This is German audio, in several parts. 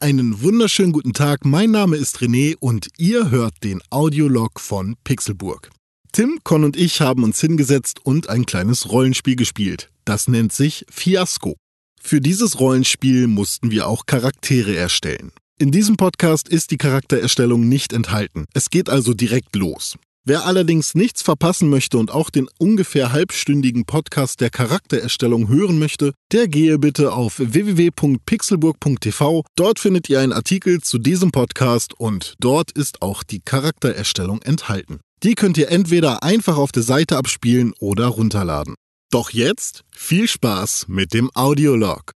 Einen wunderschönen guten Tag, mein Name ist René und ihr hört den Audiolog von Pixelburg. Tim, Con und ich haben uns hingesetzt und ein kleines Rollenspiel gespielt. Das nennt sich Fiasko. Für dieses Rollenspiel mussten wir auch Charaktere erstellen. In diesem Podcast ist die Charaktererstellung nicht enthalten. Es geht also direkt los. Wer allerdings nichts verpassen möchte und auch den ungefähr halbstündigen Podcast der Charaktererstellung hören möchte, der gehe bitte auf www.pixelburg.tv. Dort findet ihr einen Artikel zu diesem Podcast und dort ist auch die Charaktererstellung enthalten. Die könnt ihr entweder einfach auf der Seite abspielen oder runterladen. Doch jetzt viel Spaß mit dem Audiolog.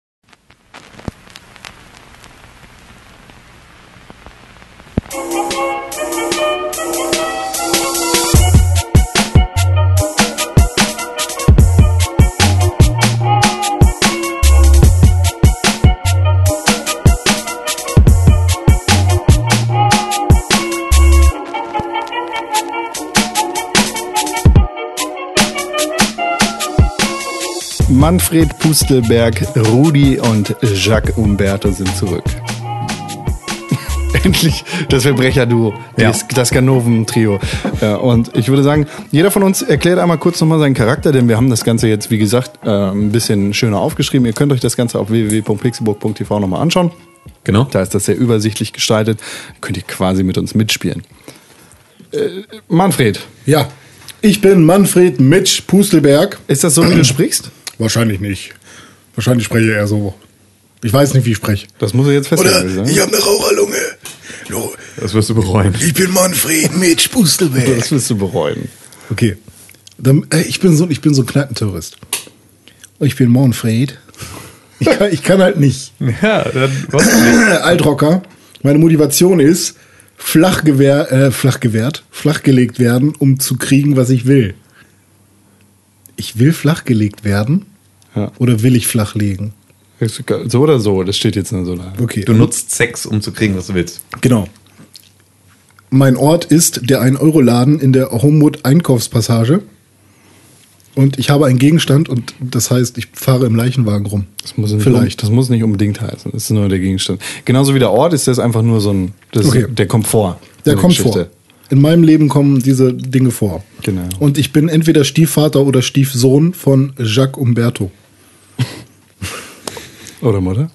Manfred Pustelberg, Rudi und Jacques Umberto sind zurück. Endlich das Verbrecher-Duo, Ja. das, das Ganoven-Trio. Ja, und ich würde sagen, jeder von uns erklärt einmal kurz nochmal seinen Charakter, denn wir haben das Ganze jetzt, wie gesagt, äh, ein bisschen schöner aufgeschrieben. Ihr könnt euch das Ganze auf www.pixelburg.tv nochmal anschauen. Genau. Da ist das sehr übersichtlich gestaltet. Könnt ihr quasi mit uns mitspielen. Äh, Manfred, Ja, ich bin Manfred Mitch Pustelberg. ist das so, wie du sprichst? Wahrscheinlich nicht. Wahrscheinlich spreche ich eher so. Ich weiß nicht, wie ich spreche. Das muss ich jetzt feststellen. ne? habe eine Raucherlunge. No, Das wirst du bereuen. ich bin Manfred Mitch Pustelberg. Das wirst du bereuen. Okay. Dann, äh, ich, bin so, ich bin so ein Kneipentourist. Ich bin Manfred. Ich kann, ich kann halt nicht. Ja, dann was? Altrocker. Meine Motivation ist, flach, gewehr, äh, flach gewährt, flachgelegt werden, um zu kriegen, was ich will. Ich will flachgelegt werden Ja. oder will ich flachlegen? So oder so, das steht jetzt nur so da. Okay. Du nutzt Sex, um zu kriegen, was du willst. genau. Mein Ort ist der 1-Euro-Laden in der Homewood Einkaufspassage. Und ich habe einen Gegenstand und das heißt, ich fahre im Leichenwagen rum. Das muss nicht um- Vielleicht. das muss nicht unbedingt heißen. Das ist nur der Gegenstand. Genauso wie der Ort ist das einfach nur so ein das Okay. ist der Komfort. Der so eine kommt vor. Geschichte. In meinem Leben kommen diese Dinge vor. Genau. Und ich bin entweder Stiefvater oder Stiefsohn von Jacques Umberto. Oder Mutter?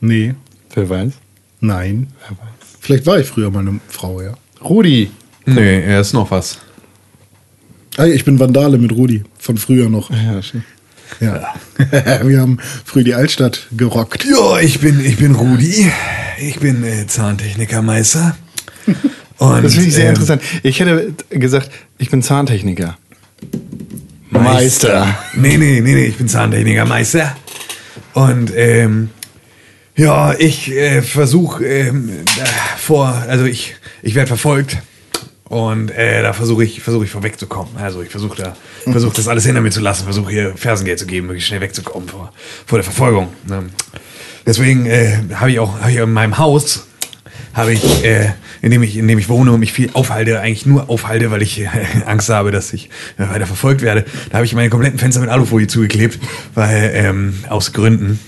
Nee. Wer weiß? Nein. Wer weiß? Vielleicht war ich früher mal eine Frau, ja. Rudi. Nee, er ist noch was. Ah, ich bin Vandale mit Rudi. Von früher noch. Ja, schön. Ja. Wir haben früh die Altstadt gerockt. Ja, ich bin, ich bin Rudi. Ich bin äh, Zahntechnikermeister. Und, Das finde ich sehr ähm, interessant. Ich hätte gesagt, ich bin Zahntechniker. Meister. Nee, nee, nee, nee, ich bin Zahntechnikermeister. Und ähm, ja, ich äh, versuche ähm, äh, vor, also ich, ich werde verfolgt. Und äh, da versuche ich, versuche ich vorwegzukommen. Also ich versuche da, versuche das alles hinter mir zu lassen, versuche hier Fersengeld zu geben, möglichst schnell wegzukommen vor, vor der Verfolgung. Ne? Deswegen äh, habe ich auch hab ich in meinem Haus habe ich, äh, in, dem ich, in dem ich wohne und mich viel aufhalte, eigentlich nur aufhalte, weil ich äh, Angst habe, dass ich äh, weiter verfolgt werde. Da habe ich meine kompletten Fenster mit Alufolie zugeklebt, weil ähm, aus Gründen.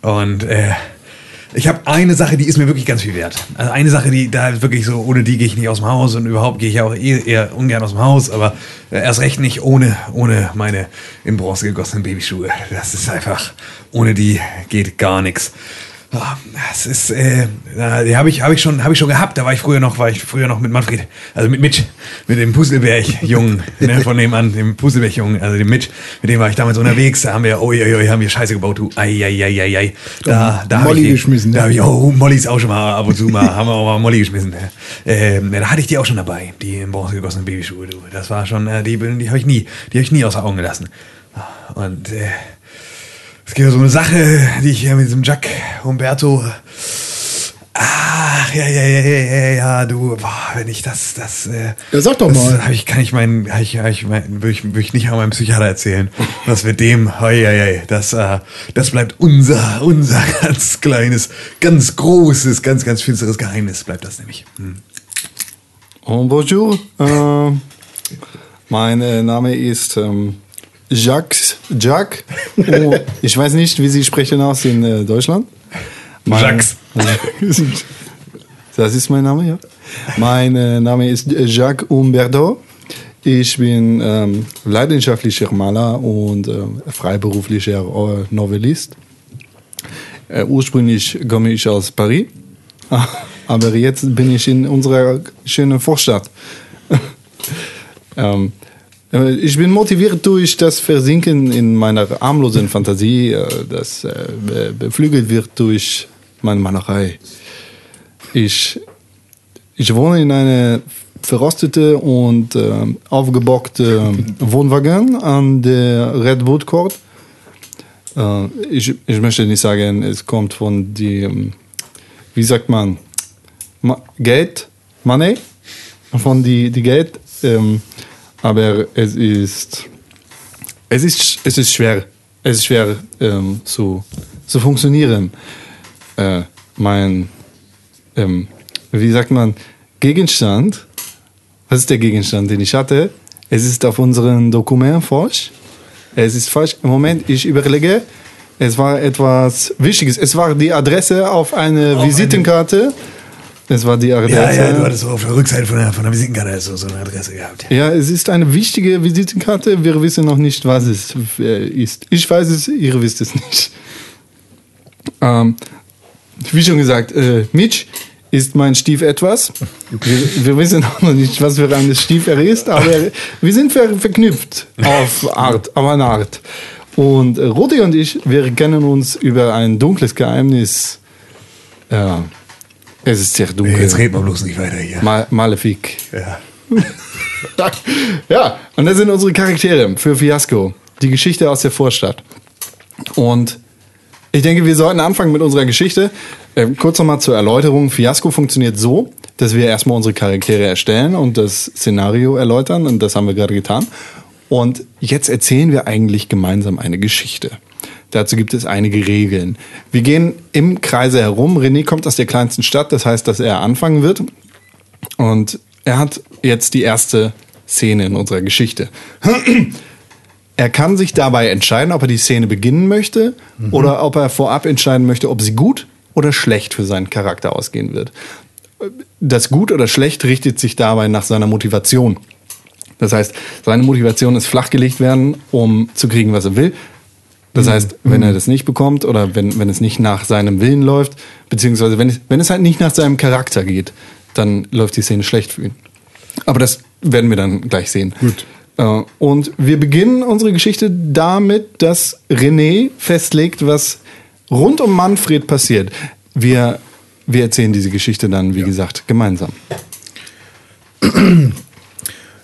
Und äh, ich habe eine Sache, die ist mir wirklich ganz viel wert. Also eine Sache, die da wirklich so, ohne die gehe ich nicht aus dem Haus und überhaupt gehe ich auch eh, eher ungern aus dem Haus, aber äh, erst recht nicht ohne, ohne meine in Bronze gegossenen Babyschuhe. Das ist einfach, ohne die geht gar nichts. Ah, Das ist, äh, na, die habe ich, habe ich schon, habe ich schon gehabt. Da war ich früher noch, war ich früher noch mit Manfred, also mit Mitch, mit dem Puzzleberg-Jungen, ne, von dem an, dem Puzzleberg-Jungen, also dem Mitch, mit dem war ich damals unterwegs. Da haben wir, oh, haben wir Scheiße gebaut, du, ei, ei, ei, ei, ei. Da, da habe Molly ich, die- geschmissen, ne? Da habe ich, oh, Molly ist auch schon mal ab und zu mal, haben wir auch mal Molly geschmissen. Ähm, da hatte ich die auch schon dabei, die in Bronze gegossenen Babyschuhe, du. Das war schon, äh, die, die habe ich nie, die habe ich nie außer Augen gelassen. Und, äh, es gibt ja so eine Sache, die ich hier mit diesem Jack Humberto. Ach, ja, ja, ja, ja, ja, ja, du, boah, wenn ich das, das. Äh, Ja, sag doch das mal. Hab ich, kann ich meinen, hab ich, hab ich mein, würde ich, würd ich nicht an meinem Psychiater erzählen, was wir dem, hei, hei, hei, das, äh, das bleibt unser, unser ganz kleines, ganz großes, ganz, ganz finsteres Geheimnis, bleibt das nämlich. Hm. Oh, bonjour. Äh, mein äh, Name ist ähm, Jacques. Jacques. Oh, ich weiß nicht, wie Sie sprechen aus in äh, Deutschland. Jacques. Das ist mein Name, ja. Mein äh, Name ist Jacques Umberto. Ich bin ähm, leidenschaftlicher Maler und ähm, freiberuflicher äh, Novellist. Äh, ursprünglich komme ich aus Paris, aber jetzt bin ich in unserer schönen Vorstadt. ähm, äh, ich bin motiviert durch das Versinken in meiner armlosen Fantasie, äh, das äh, be- beflügelt wird durch meine Malerei. Ich, ich wohne in einer verrostete und ähm, aufgebockte Wohnwagen an der Redwood Court. Äh, ich, ich möchte nicht sagen, es kommt von dem, wie sagt man, Ma Geld, Money, von die, die Geld, ähm, aber es ist, es ist, sch- es ist schwer, es ist schwer ähm, zu, zu funktionieren. Äh, mein, ähm, wie sagt man, Gegenstand, was ist der Gegenstand, den ich hatte? Es ist auf unserem Dokument falsch. Es ist falsch. Im Moment, ich überlege, es war etwas Wichtiges. Es war die Adresse auf eine Visitenkarte. Es war die Adresse. Ja, ja, du hattest auf der Rückseite von der, von der Visitenkarte hast du so eine Adresse gehabt. Ja, es ist eine wichtige Visitenkarte. Wir wissen noch nicht, was es äh, ist. Ich weiß es, ihr wisst es nicht. Ähm, wie schon gesagt, äh, Mitch ist mein Stief etwas. Wir, wir wissen auch noch nicht, was für ein Stief er ist, aber wir sind ver verknüpft auf Art, auf eine Art. Und äh, Rudi und ich, wir kennen uns über ein dunkles Geheimnis. Ja, es ist sehr dunkel. Nee, jetzt reden wir bloß nicht weiter hier. Ma Malefik. Ja. ja, und das sind unsere Charaktere für Fiasco. Die Geschichte aus der Vorstadt. Und ich denke, wir sollten anfangen mit unserer Geschichte. Ähm, kurz nochmal zur Erläuterung. Fiasco funktioniert so, dass wir erstmal unsere Charaktere erstellen und das Szenario erläutern. Und das haben wir gerade getan. Und jetzt erzählen wir eigentlich gemeinsam eine Geschichte. Dazu gibt es einige Regeln. Wir gehen im Kreise herum. René kommt aus der kleinsten Stadt, das heißt, dass er anfangen wird. Und er hat jetzt die erste Szene in unserer Geschichte. Er kann sich dabei entscheiden, ob er die Szene beginnen möchte oder ob er vorab entscheiden möchte, ob sie gut oder schlecht für seinen Charakter ausgehen wird. Das gut oder schlecht richtet sich dabei nach seiner Motivation. Das heißt, seine Motivation ist flachgelegt werden, um zu kriegen, was er will. Das heißt, wenn er das nicht bekommt oder wenn, wenn es nicht nach seinem Willen läuft, beziehungsweise wenn es, wenn es halt nicht nach seinem Charakter geht, dann läuft die Szene schlecht für ihn. Aber das werden wir dann gleich sehen. Gut. Und wir beginnen unsere Geschichte damit, dass René festlegt, was rund um Manfred passiert. Wir, wir erzählen diese Geschichte dann, wie gesagt, gemeinsam.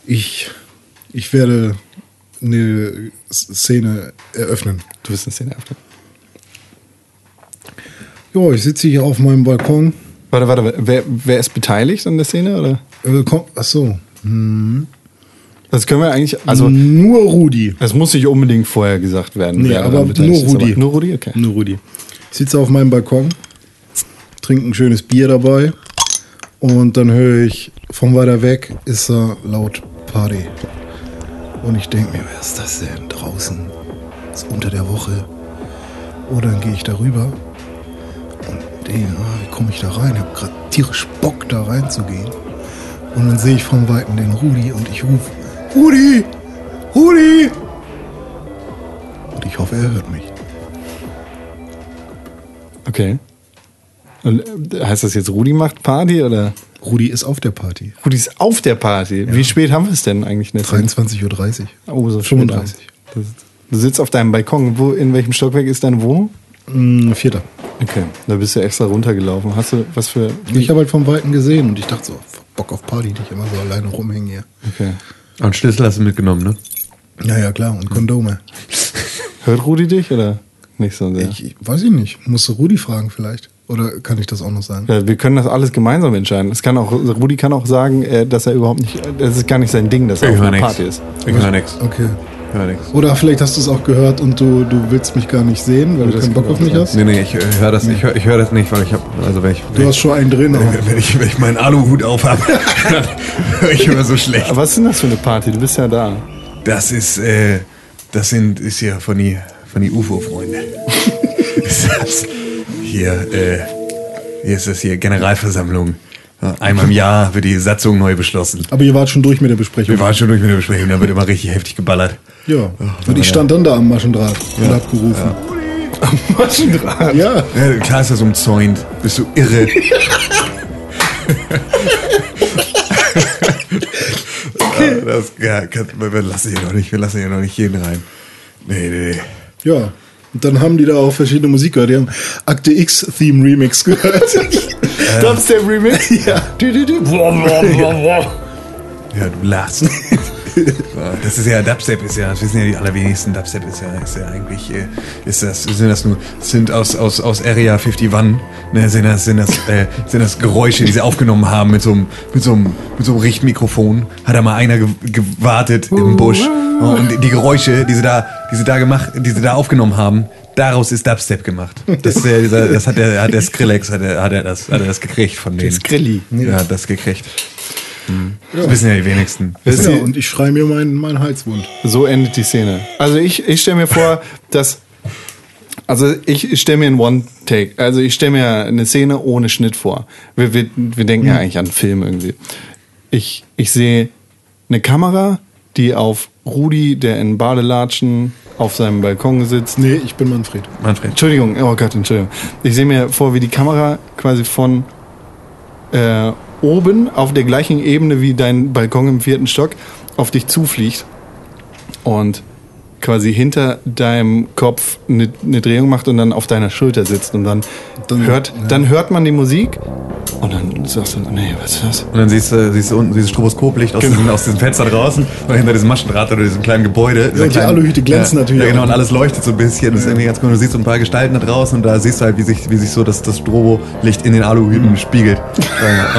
Ich, ich werde eine Szene eröffnen. Du wirst eine Szene öffnen. Jo, ich sitze hier auf meinem Balkon. Warte, warte, wer, wer ist beteiligt an der Szene? Oder? Äh, komm, ach so. Das können wir eigentlich, also nur Rudi. Es muss nicht unbedingt vorher gesagt werden. Nee, wer daran aber beteiligt nur ist, Rudi. aber nur Rudi, okay. Nur Rudi. Ich sitze auf meinem Balkon, trinke ein schönes Bier dabei und dann höre ich von weiter weg ist er laut Party. Und ich denke mir, wer ist das denn draußen? Ist unter der Woche. Oder dann gehe ich darüber und denke, ah, wie komme ich da rein? Ich habe gerade tierisch Bock da reinzugehen. Und dann sehe ich vom Weiten den Rudi und ich rufe, Rudi! Rudi! Und ich hoffe, er hört mich. Okay. Und äh, heißt das jetzt, Rudi macht Party oder? Rudi ist auf der Party. Rudi ist auf der Party. Wie spät haben wir es denn eigentlich? in der Szene? 23.30 Uhr. Oh, so spät 35. dran. Das, du sitzt auf deinem Balkon. Wo, in welchem Stockwerk ist deine Wohnung? Mm, Vierter. Okay, da bist du extra runtergelaufen. Hast du was für. Ich habe halt vom Weiten gesehen und ich dachte so, fuck, Bock auf Party, nicht immer so alleine rumhängen hier. Okay. Und Schlüssel hast du mitgenommen, ne? Ja, ja, klar, und Kondome. Hört Rudi dich oder nicht so sehr? Ich, ich weiß ich nicht. Musst du Rudi fragen vielleicht? Oder kann ich das auch noch sagen? Ja, wir können das alles gemeinsam entscheiden. Es kann auch, Rudi kann auch sagen, äh, dass er überhaupt nicht. Das ist gar nicht sein Ding, dass er auf hör einer nix. Party ist. Ich höre nix. Okay. Ich höre nix. Oder vielleicht hast du es auch gehört und du, du willst mich gar nicht sehen, weil du keinen Bock auf mich hast. Nee, nee, ich äh, höre das, ich hör, ich hör das nicht, weil ich habe, also wenn ich, Du hast schon einen drin. aber- Wenn ich, wenn ich meinen Aluhut aufhabe, dann höre ich immer so schlecht. Aber Was ist denn das für eine Party? Du bist ja da. Das ist, äh, das sind, ist ja von die, von die UFO-Freunde. ist das hier, äh, Hier ist das hier, Generalversammlung. Ja, Einmal im Jahr wird die Satzung neu beschlossen. Aber ihr wart schon durch mit der Besprechung. Wir waren schon durch mit der Besprechung, da wird immer richtig heftig geballert. Ja. Und ich stand dann da am Maschendraht und hab gerufen. Maschendraht. Ja. Ja, klar ist das umzäunt. Bist du irre? ja, Ah, das, ja, kann, wir wir lassen hier noch nicht, wir lassen hier noch nicht jeden rein. Nee, nee, nee. Ja. Und dann haben die da auch verschiedene Musik gehört. Die haben Akte X Theme Remix gehört. Genau, Dubstep Remix? ja. Ja, du lachst. Ja, das ist ja Dubstep ist ja, das wissen ja die allerwenigsten, Dubstep ist ja, ist ja eigentlich, äh, ist das, sind das nur, sind aus, aus, aus Area 51, ne, sind das, sind das, äh, sind das Geräusche, die sie aufgenommen haben mit so einem, mit so einem, mit so einem Richtmikrofon. Hat da mal einer ge gewartet im Busch. Ja, Und die Geräusche, die sie da, die sie da gemacht, die sie da aufgenommen haben, daraus ist Dubstep gemacht. Das, ist ja dieser, das hat der, hat der Skrillex, hat er, hat er das, hat er das gekriegt von denen. Skrilli. Ja, hat das gekriegt. Das wissen ja die wenigsten. Wisst ja, ihr, und ich schreie mir meinen meinen Halswund. So endet die Szene. Also ich, ich stelle mir vor, dass. Also ich stelle mir in One Take, also ich stelle mir eine Szene ohne Schnitt vor. Wir, wir, wir denken ja eigentlich an Film irgendwie. Ich, ich sehe eine Kamera, die auf Rudi, der in Badelatschen auf seinem Balkon sitzt. Nee, ich bin Manfred. Manfred. Entschuldigung, oh Gott, Entschuldigung. Ich sehe mir vor, wie die Kamera quasi von äh, oben auf der gleichen Ebene wie dein Balkon im vierten Stock auf dich zufliegt und quasi hinter deinem Kopf eine ne Drehung macht und dann auf deiner Schulter sitzt und dann, Dann- hört, dann hört man die Musik und dann sagst du, nee, was ist das? Und dann siehst du, siehst du unten dieses Stroboskoplicht aus, diesem, Genau. aus diesem Fenster draußen und hinter diesem Maschendraht oder diesem kleinen Gebäude. dieser die kleinen- Aluhüte glänzen ja, natürlich Ja, genau, auch. und alles leuchtet so ein bisschen. Das ist irgendwie ganz cool. Du siehst so ein paar Gestalten da draußen und da siehst du halt, wie sich, wie sich so das, das Strobolicht in den Aluhüten Mhm. spiegelt. Äh,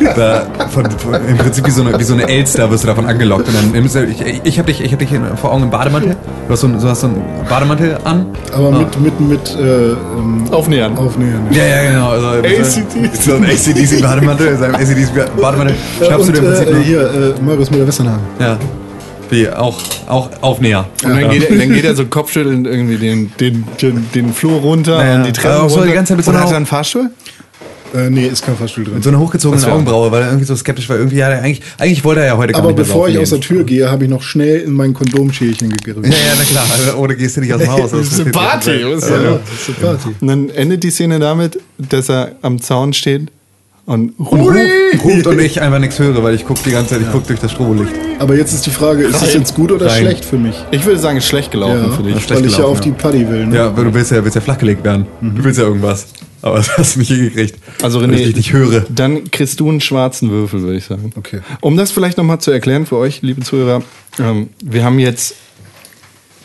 und äh, da von, von, im Prinzip wie so, eine, wie so eine Elster wirst du davon angelockt. Und dann, ich, ich, ich hab dich, ich hab dich in- vor Augen im Bademantel. Du hast so, einen- du hast so einen Bademantel an. Ah. Aber mit, mit, mit, äh, ähm, Aufnähern. aufnähern. Ja, ja, genau. Also, AC/DC. So ein ACDC-Bademantel. So ein ACDC-Bademantel. Schnappst du und, dir im Prinzip äh, eine- hier, äh, Marius Müller-Westernhagen. Ja. Wie auch, auch aufnäher. Und dann geht, er, dann geht er so kopfschüttelnd irgendwie den, den, den, den Flur runter Ja, und ja. die Treppe Aber so die runter. ganze Zeit mit so und einer hat Au- er einen Fahrstuhl? Äh, nee, ist kein Fahrstuhl drin. Mit so einer hochgezogenen Das wär- Augenbraue, weil er irgendwie so skeptisch war. Irgendwie, ja, eigentlich, eigentlich wollte er ja heute gar Aber nicht mehr bevor ich saufen aus der gehen. Tür gehe, habe ich noch schnell in mein Kondomschälchen gegriffen. Ja, ja, na klar. Also ohne gehst du nicht aus dem Haus. Das ist eine Party, was ist Ja, ja. das ist eine Party. Und dann endet die Szene damit, dass er am Zaun steht und ruft. Ruft und ich einfach nichts höre, weil ich guck die ganze Zeit, ich guck durch das Strobolicht. Aber jetzt ist die Frage, ist es jetzt gut oder Rein. schlecht für mich? Ich würde sagen, ist schlecht gelaufen Ja, für das dich. ist weil schlecht ich ja gelaufen, auf die ja. Party will. Ne? Ja, aber du willst ja, willst ja flachgelegt werden. Mhm. Du willst ja irgendwas. Aber das hast du nicht hingekriegt. Also Wenn René, ich dich nicht höre. dann kriegst du einen schwarzen Würfel, würde ich sagen. Okay. Um das vielleicht nochmal zu erklären für euch, liebe Zuhörer, ähm, wir haben jetzt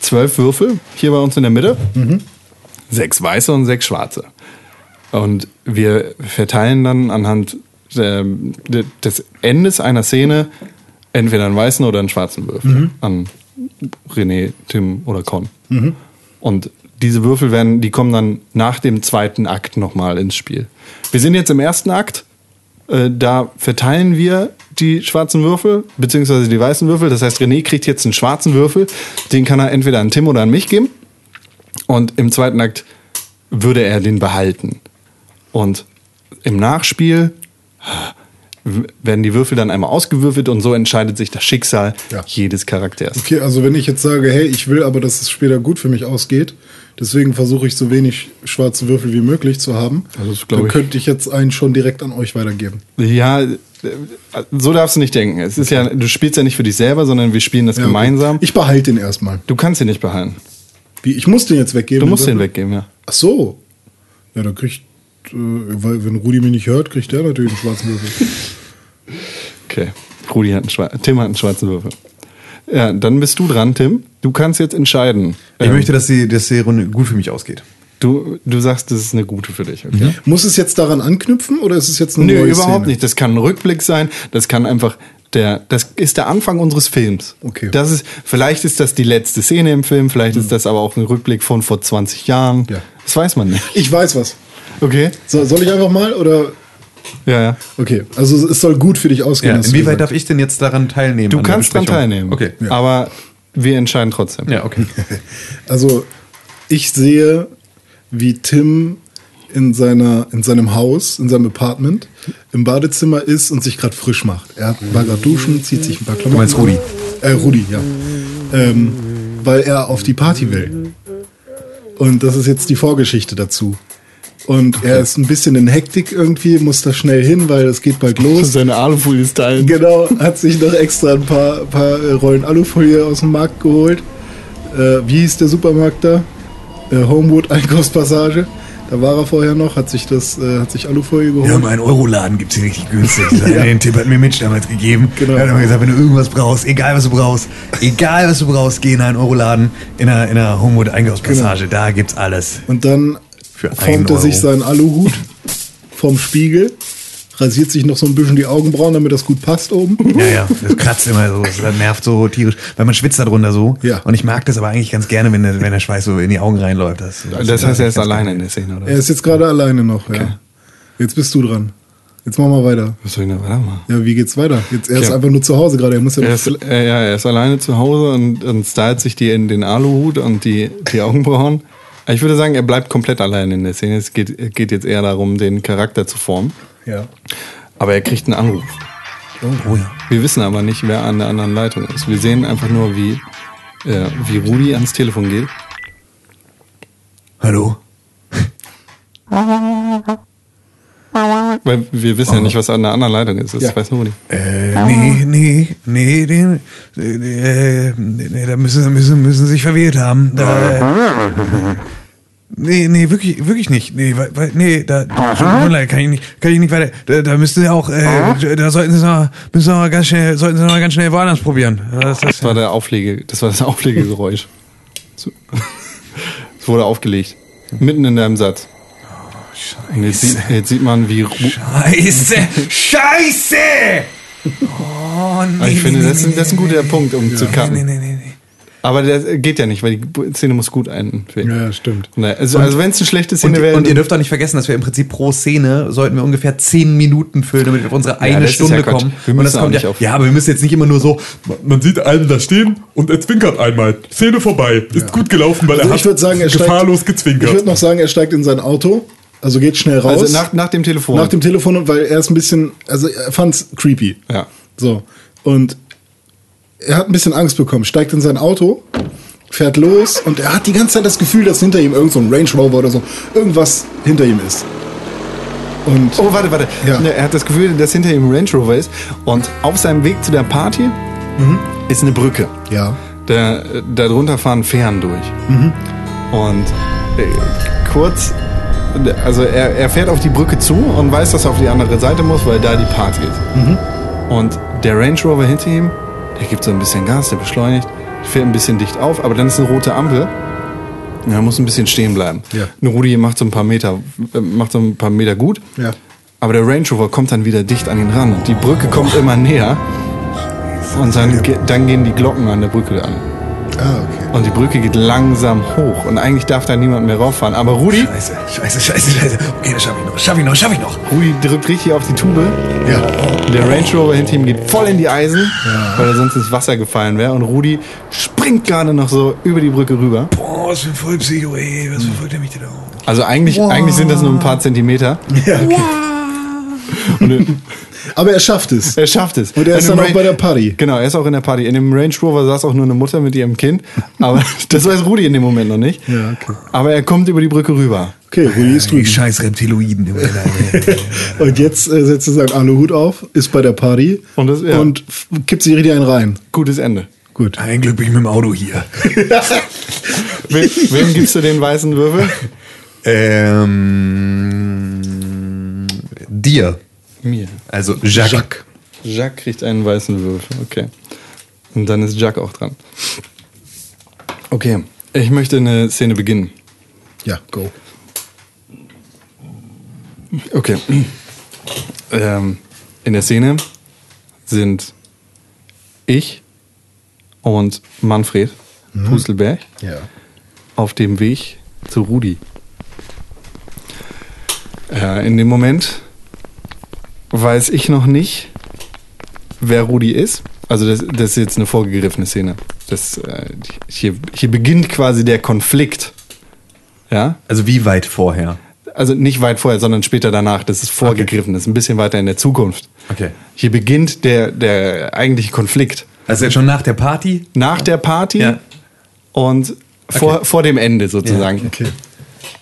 zwölf Würfel hier bei uns in der Mitte. Mhm. Sechs weiße und sechs schwarze. Und wir verteilen dann anhand ähm, de- des Endes einer Szene entweder einen weißen oder einen schwarzen Würfel Mhm. an René, Tim oder Con. Und diese Würfel werden, die kommen dann nach dem zweiten Akt nochmal ins Spiel. Wir sind jetzt im ersten Akt. Äh, da verteilen wir die schwarzen Würfel, beziehungsweise die weißen Würfel. Das heißt, René kriegt jetzt einen schwarzen Würfel. Den kann er entweder an Tim oder an mich geben. Und im zweiten Akt würde er den behalten. Und im Nachspiel w- werden die Würfel dann einmal ausgewürfelt und so entscheidet sich das Schicksal Ja. jedes Charakters. Okay, also wenn ich jetzt sage, hey, ich will aber, dass es später gut für mich ausgeht, deswegen versuche ich so wenig schwarze Würfel wie möglich zu haben, Also das glaub dann ich- könnte ich jetzt einen schon direkt an euch weitergeben. Ja, äh, so darfst du nicht denken. Es ist ja, du spielst ja nicht für dich selber, sondern wir spielen das Ja, okay. gemeinsam. Ich behalte den erstmal. Du kannst ihn nicht behalten. Wie, ich muss den jetzt weggeben? Du musst den ihn weggeben, ja. Ach so. Ja, dann kriegt, äh, weil wenn Rudi mich nicht hört, kriegt der natürlich einen schwarzen Würfel. Okay. Rudi hat einen schwarzen, Tim hat einen schwarzen Würfel. Ja, dann bist du dran, Tim. Du kannst jetzt entscheiden. Ähm, Ich möchte, dass die, dass die Runde gut für mich ausgeht. Du, du sagst, das ist eine gute für dich, okay? Muss es jetzt daran anknüpfen oder ist es jetzt eine Nö, Mhm. neue überhaupt Szene? nicht. Das kann ein Rückblick sein. Das kann einfach der, das ist der Anfang unseres Films. Okay. Mhm. Das ist, vielleicht ist das die letzte Szene im Film, vielleicht ist das aber auch ein Rückblick von vor 20 Jahren. Ja. Das weiß man nicht. Ich weiß was. Okay. So, soll ich einfach mal oder? Ja, ja. Okay, also es soll gut für dich ausgehen. Ja, hast du inwieweit gesagt. darf ich denn jetzt daran teilnehmen? Du an der kannst dran Besprechung? teilnehmen. Okay. Aber wir entscheiden trotzdem. Ja, okay. Also ich sehe, wie Tim in, seiner, in seinem Haus, in seinem Apartment, im Badezimmer ist und sich gerade frisch macht. Er war gerade duschen, zieht sich ein paar Klamotten. Du meinst Rudi? Äh, Rudi, ja. Ähm, weil er auf die Party will. Und das ist jetzt die Vorgeschichte dazu. Und er ist ein bisschen in Hektik irgendwie, muss da schnell hin, weil es geht bald los. Seine Alufolie ist teilen. Genau, hat sich noch extra ein paar, paar äh, Rollen Alufolie aus dem Markt geholt. Äh, wie hieß der Supermarkt da? Äh, Homewood Einkaufspassage. Da war er vorher noch, hat sich das, äh, hat sich Alufolie geholt. Wir haben einen Euroladen, gibt's hier richtig günstig. ja. Den Tipp hat mir Mitch damals gegeben. Genau. Er hat immer gesagt, wenn du irgendwas brauchst, egal was du brauchst, egal was du brauchst, geh in einen Euroladen in einer, in einer Homewood Einkaufspassage. Da gibt's alles. Und dann Für einen formt er sich Euro. seinen Aluhut vom Spiegel, rasiert sich noch so ein bisschen die Augenbrauen, damit das gut passt oben. Ja, ja, das kratzt immer so, das nervt so tierisch, weil man schwitzt darunter so. Ja. Und ich mag das aber eigentlich ganz gerne, wenn der, wenn der Schweiß so in die Augen reinläuft. Das, Das heißt, er ist alleine genau. in der Szene, Er oder? ist jetzt gerade alleine noch, ja. Jetzt bist du dran. Jetzt machen wir weiter. Was soll ich denn da machen? Ja, wie geht's weiter? Jetzt, er ist Ja. einfach nur zu Hause gerade. Er muss ja Er noch ist, äh, ja, er ist alleine zu Hause und, und stylt sich die in den Aluhut und die, die Augenbrauen. Ich würde sagen, er bleibt komplett allein in der Szene. Es geht, geht jetzt eher darum, den Charakter zu formen. Ja. Aber er kriegt einen Anruf. oh ja. Wir wissen aber nicht, wer an der anderen Leitung ist. Wir sehen einfach nur, wie, äh, wie Rudi ans Telefon geht. Hallo? Weil wir wissen ja nicht, was an der anderen Leitung ist. Das Ja. weiß nur Rudi. Äh, nee, nee, nee, den, äh, nee, da müssen, da müssen, müssen sich verwählt haben. Da, äh, nee, nee, wirklich, wirklich nicht. Nee, weil, weil- nee, da, tut mir leid, kann ich nicht, kann ich nicht weiter. Da, da müssten sie auch, äh, da sollten sie es noch, müssen sie noch mal ganz schnell, sollten sie noch mal ganz schnell woanders probieren. Das, das, Das war, der Auflege, das, war das Auflegegeräusch. So. Es wurde aufgelegt. Mitten in deinem Satz. Und jetzt sieht, jetzt sieht man, wie Ru Scheiße! Scheiße! Oh, nee, Aber ich nee, finde, nee, das ist, nee, das ist ein guter Punkt, um zu nee, nee, cutten. nee, nee, nee. Aber das geht ja nicht, weil die Szene muss gut enden. Für ihn. Ja, stimmt. Nee, Also, also wenn es eine schlechte Und, Szene wäre. und ihr dürft auch nicht vergessen, dass wir im Prinzip pro Szene sollten wir ungefähr zehn Minuten füllen, damit wir auf unsere eine das ist Stunde ja Quatsch. kommen. Wir und müssen auch kommt nicht ja, auf- ja, aber wir müssen jetzt nicht immer nur so. Man sieht einen da stehen und er zwinkert einmal. Szene vorbei. Ist gut gelaufen, weil Also er ich würde sagen, er steigt, gefahrlos Ich gezwinkert. würde noch sagen, er steigt in sein Auto, also geht schnell raus. also nach, nach dem Telefon. Nach dem Telefon, weil er ist ein bisschen, also er fand's creepy. Ja. So. Und er hat ein bisschen Angst bekommen, steigt in sein Auto, fährt los und er hat die ganze Zeit das Gefühl, dass hinter ihm irgend so ein Range Rover oder so irgendwas hinter ihm ist. Und Oh, warte, warte. Ja. Ne, Er hat das Gefühl, dass hinter ihm ein Range Rover ist. Und auf seinem Weg zu der Party Mhm. ist eine Brücke. ja. Da, da drunter fahren Fähren durch. Und äh, kurz, also er, er fährt auf die Brücke zu und weiß, dass er auf die andere Seite muss, weil da die Party ist. Und der Range Rover hinter ihm, der gibt so ein bisschen Gas, der beschleunigt, fährt ein bisschen dicht auf, aber dann ist eine rote Ampel. Und Er muss ein bisschen stehen bleiben. Ja. Und Rudi macht so ein paar Meter, äh, macht so ein paar Meter gut. Ja. Aber der Range Rover kommt dann wieder dicht an ihn ran und die Brücke kommt immer näher. Und dann, ge- dann gehen die Glocken an der Brücke an. Ah, okay. Und die Brücke geht langsam hoch. Und eigentlich darf da niemand mehr rauffahren. Aber Rudi, Scheiße, scheiße, scheiße, scheiße. Okay, das schaffe ich noch, schaffe ich noch, schaffe ich noch. Rudi drückt richtig auf die Tube. Ja. Der Range Rover hinter ihm geht voll in die Eisen, weil er sonst ins Wasser gefallen wäre. Und Rudi springt gerade noch so über die Brücke rüber. Boah, was für ein Vollpsycho, ey. Was verfolgt er mich denn auch? Also eigentlich, eigentlich sind das nur ein paar Zentimeter. Aber er schafft es. Er schafft es. Und er ist In dem dann auch Ra- bei der Party. Genau, er ist auch in der Party. In dem Range Rover saß auch nur eine Mutter mit ihrem Kind. Aber das weiß Rudi in dem Moment noch nicht. Ja, okay. Aber er kommt über die Brücke rüber. Okay, Rudi ist Die drüben. scheiß Reptiloiden. immer wieder, ey. Und jetzt äh, setzt er seinen Aluhut auf, ist bei der Party Und das- ja. und f- kippt sich richtig einen rein. Gutes Ende. Gut. Ein Glück bin ich mit dem Auto hier. Wem, wem gibst du den weißen Würfel? Ähm, dir. Mir. Also Jacques. Jacques. Jacques kriegt einen weißen Würfel, okay. Und dann ist Jacques auch dran. Okay, ich möchte eine Szene beginnen. Ja, go. Okay. Ähm, in der Szene sind ich und Manfred Puselberg Ja. auf dem Weg zu Rudi. Äh, in dem Moment weiß ich noch nicht, wer Rudi ist. Also das, das ist jetzt eine vorgegriffene Szene. Das, äh, hier, hier beginnt quasi der Konflikt. Ja, Also wie weit vorher? also nicht weit vorher, sondern später danach. Das ist vorgegriffen, das ist ein bisschen weiter in der Zukunft. Okay. Hier beginnt der, der eigentliche Konflikt. Das ist Also jetzt schon nach der Party. Nach der Party Ja. und vor, vor dem Ende sozusagen. Okay.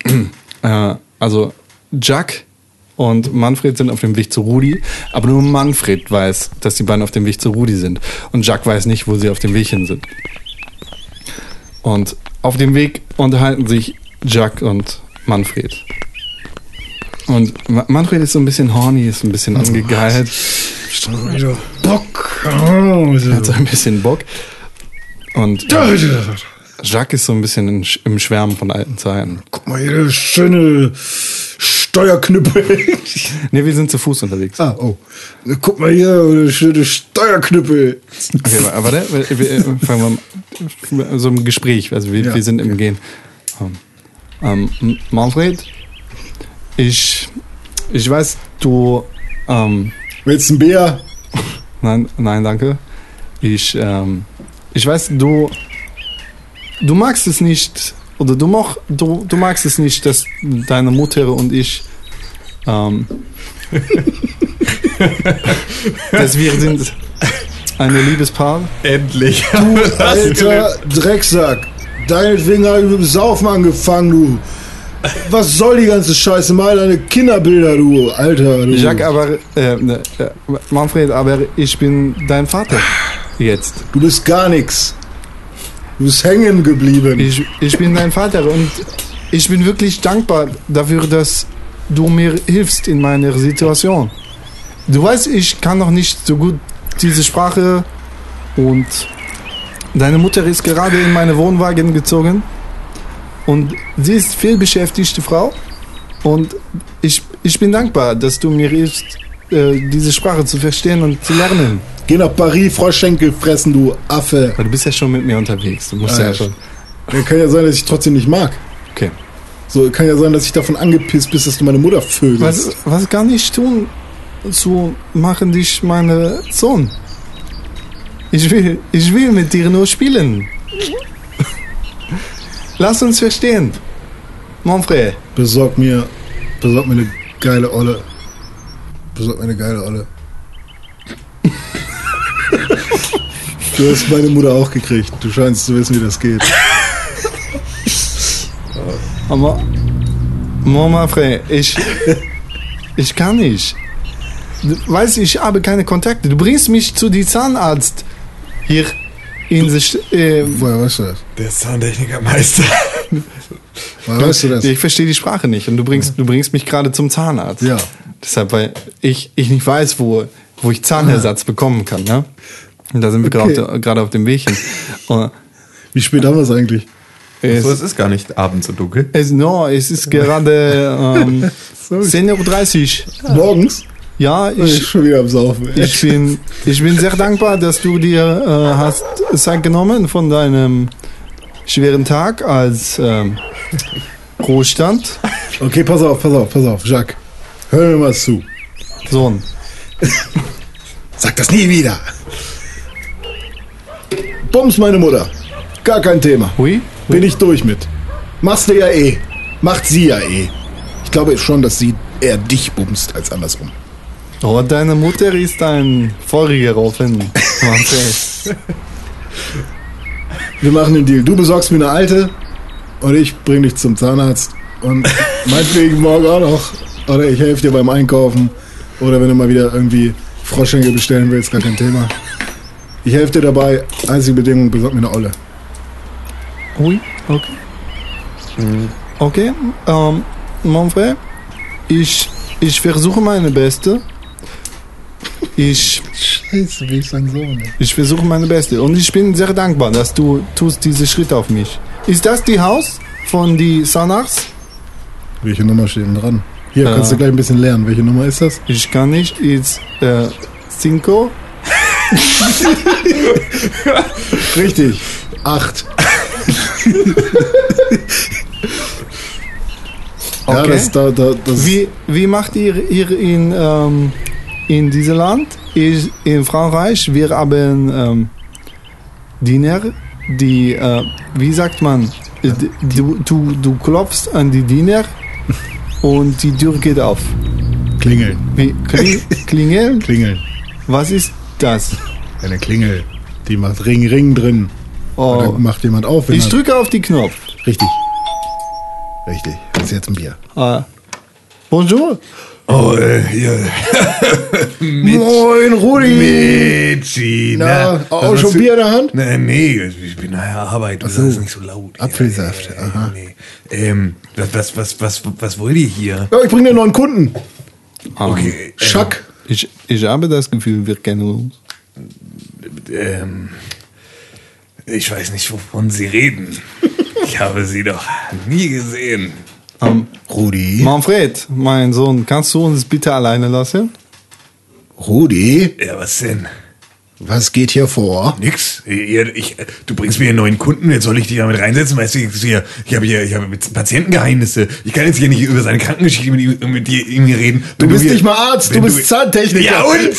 Äh, also Jack und Manfred sind auf dem Weg zu Rudi, aber nur Manfred weiß, dass die beiden auf dem Weg zu Rudi sind. Und Jack weiß nicht, wo sie auf dem Weg hin sind. Und auf dem Weg unterhalten sich Jack und Manfred. Und Ma- Manfred ist so ein bisschen horny, ist ein bisschen angegeilt, Bock. Oh, so. hat so ein bisschen Bock. Und Jacques ist so ein bisschen in, Sch- im Schwärmen von alten Zeiten. Guck mal, hier der schöne Steuerknüppel. Ne, wir sind zu Fuß unterwegs. ah, oh. Na, Guck mal hier, der schöne Steuerknüppel. Okay, wa- warte, wir, wir fangen wir an. so im Gespräch, also wir, Ja, wir sind im Gehen. Ähm, Ähm, M- Manfred, ich, ich weiß, du, ähm, Willst du ein Bier? nein, nein, danke. Ich, ähm, ich weiß, du, du magst es nicht, oder du, moch, du, du magst es nicht, dass deine Mutter und ich, ähm, dass wir sind eine Liebespaar. Endlich. Alter Drecksack. Deinetwegen habe ich mit dem Saufen angefangen, du. Was soll die ganze Scheiße? Mal deine Kinderbilder, du. Alter, du. Jacques, aber äh, ne, äh, Manfred, aber ich bin dein Vater jetzt. du bist gar nix. Du bist hängen geblieben. Ich, ich bin dein Vater und ich bin wirklich dankbar dafür, dass du mir hilfst in meiner Situation. Du weißt, ich kann noch nicht so gut diese Sprache und deine Mutter ist gerade in meine Wohnwagen gezogen und sie ist viel beschäftigte Frau und ich, ich bin dankbar, dass du mir hilfst, äh, diese Sprache zu verstehen und zu lernen. Geh nach Paris, Froschschenkel fressen, du Affe. Weil du bist ja schon mit mir unterwegs. Du musst Ah, ja, ja. schon. Ja, kann ja sein, dass ich trotzdem nicht mag. Okay. So, kann ja sein, dass ich davon angepisst bist, dass du meine Mutter vögelst. Was, was kann ich tun, zu machen dich meine Sohn? Ich will, ich will mit dir nur spielen. Lass uns verstehen. Manfred. Besorg mir, besorg mir eine geile Olle. Besorg mir eine geile Olle. du hast meine Mutter auch gekriegt. Du scheinst zu wissen, wie das geht. Aber, mon Manfred, ich, ich kann nicht. Du weißt, ich habe keine Kontakte. Du bringst mich zu die Zahnarzt hier in der St äh, Woher weißt du das? Der Soundtechnikermeister. Woher weißt du das? Ich verstehe die Sprache nicht und du bringst, du bringst mich gerade zum Zahnarzt. Ja. Deshalb, weil ich, ich nicht weiß, wo, wo ich Zahnersatz bekommen kann. Ne? Und da sind wir Okay. gerade auf, gerade auf dem Weg hin. Und Wie spät haben wir es eigentlich? es, So, es ist gar nicht abends so dunkel. es, no, es ist gerade ähm, 10.30 Uhr. Morgens? Ja, Ich bin ich, schon wieder am Saufen. ey. ich, bin, ich bin sehr dankbar, dass du dir äh, hast Zeit genommen von deinem schweren Tag als ähm, Ruhestand. Okay, pass auf, pass auf, pass auf, Jacques. Hör mir mal zu. Sohn. Sag das nie wieder. Bums, meine Mutter. Gar kein Thema. Hui? Bin ich durch mit. Machst du ja eh. Macht sie ja eh. Ich glaube schon, dass sie eher dich bumst als andersrum. Oh, deine Mutter ist ein voriger Offen. Wir machen den Deal. Du besorgst mir eine alte und ich bring dich zum Zahnarzt. Und meinetwegen morgen auch noch. Oder ich helfe dir beim Einkaufen. Oder wenn du mal wieder irgendwie Froschschenkel bestellen willst, gar kein Thema. Ich helfe dir dabei. Einzige Bedingung, besorg mir eine Olle. Ui, okay. Mhm. Okay, ähm, Manfred, ich, ich versuche meine Beste. Ich, Scheiße, wie ich sagen so. ich versuche meine Beste. Und ich bin sehr dankbar, dass du tust diese Schritte auf mich. Ist das die Haus von die Sanachs? Welche Nummer steht denn dran? Hier, Ja. kannst du gleich ein bisschen lernen. Welche Nummer ist das? Ich kann nicht, ist, äh, Cinco? Richtig. Acht. Ja, Okay. das, da, da, das Wie, wie macht ihr hier in, ähm, in diesem Land? Ich, in Frankreich, wir haben ähm, Diener, die, äh, wie sagt man, Äh, d- du, du, du klopfst an die Diener und die Tür geht auf. Klingeln, Nee, Kling- Klingel? klingeln. Was ist das? Eine Klingel. Die macht Ring, Ring drin. Da Oh. macht jemand auf. wenn Ich er- drücke auf den Knopf. Richtig. Richtig. Das ist jetzt ein Bier. Ah. Bonjour. Oh, äh, hier. Moin, Rudi. Mädchen. ne? Na, na, auch was schon hast du- Bier in der Hand? Nee, Ne, nee, ich bin nachher Arbeit. Du sagst nicht so laut. Apfelsaft, Ja, ja, ja, aha. nee. Ähm, was, was, was, was, was wollt ihr hier? Äh, Ja, ich bringe dir einen neuen Kunden. Hm. Okay. Schack. Ich, ich habe das Gefühl, wir kennen uns. Ähm, ich weiß nicht, wovon Sie reden. Ich habe Sie doch nie gesehen. Ähm, Rudi. Manfred, mein Sohn, kannst du uns bitte alleine lassen? Rudi, Ja, was denn? was geht hier vor? Nix. Ihr, ich, du bringst mir einen neuen Kunden, jetzt soll ich dich damit reinsetzen, weißt du, ich, hier, ich habe hier, ich habe jetzt Patientengeheimnisse. Ich kann jetzt hier nicht über seine Krankengeschichte mit ihm, mit dir, ihm hier reden. Du Wenn bist hier- nicht mal Arzt, du wenn bist Zahntechniker. Ja und?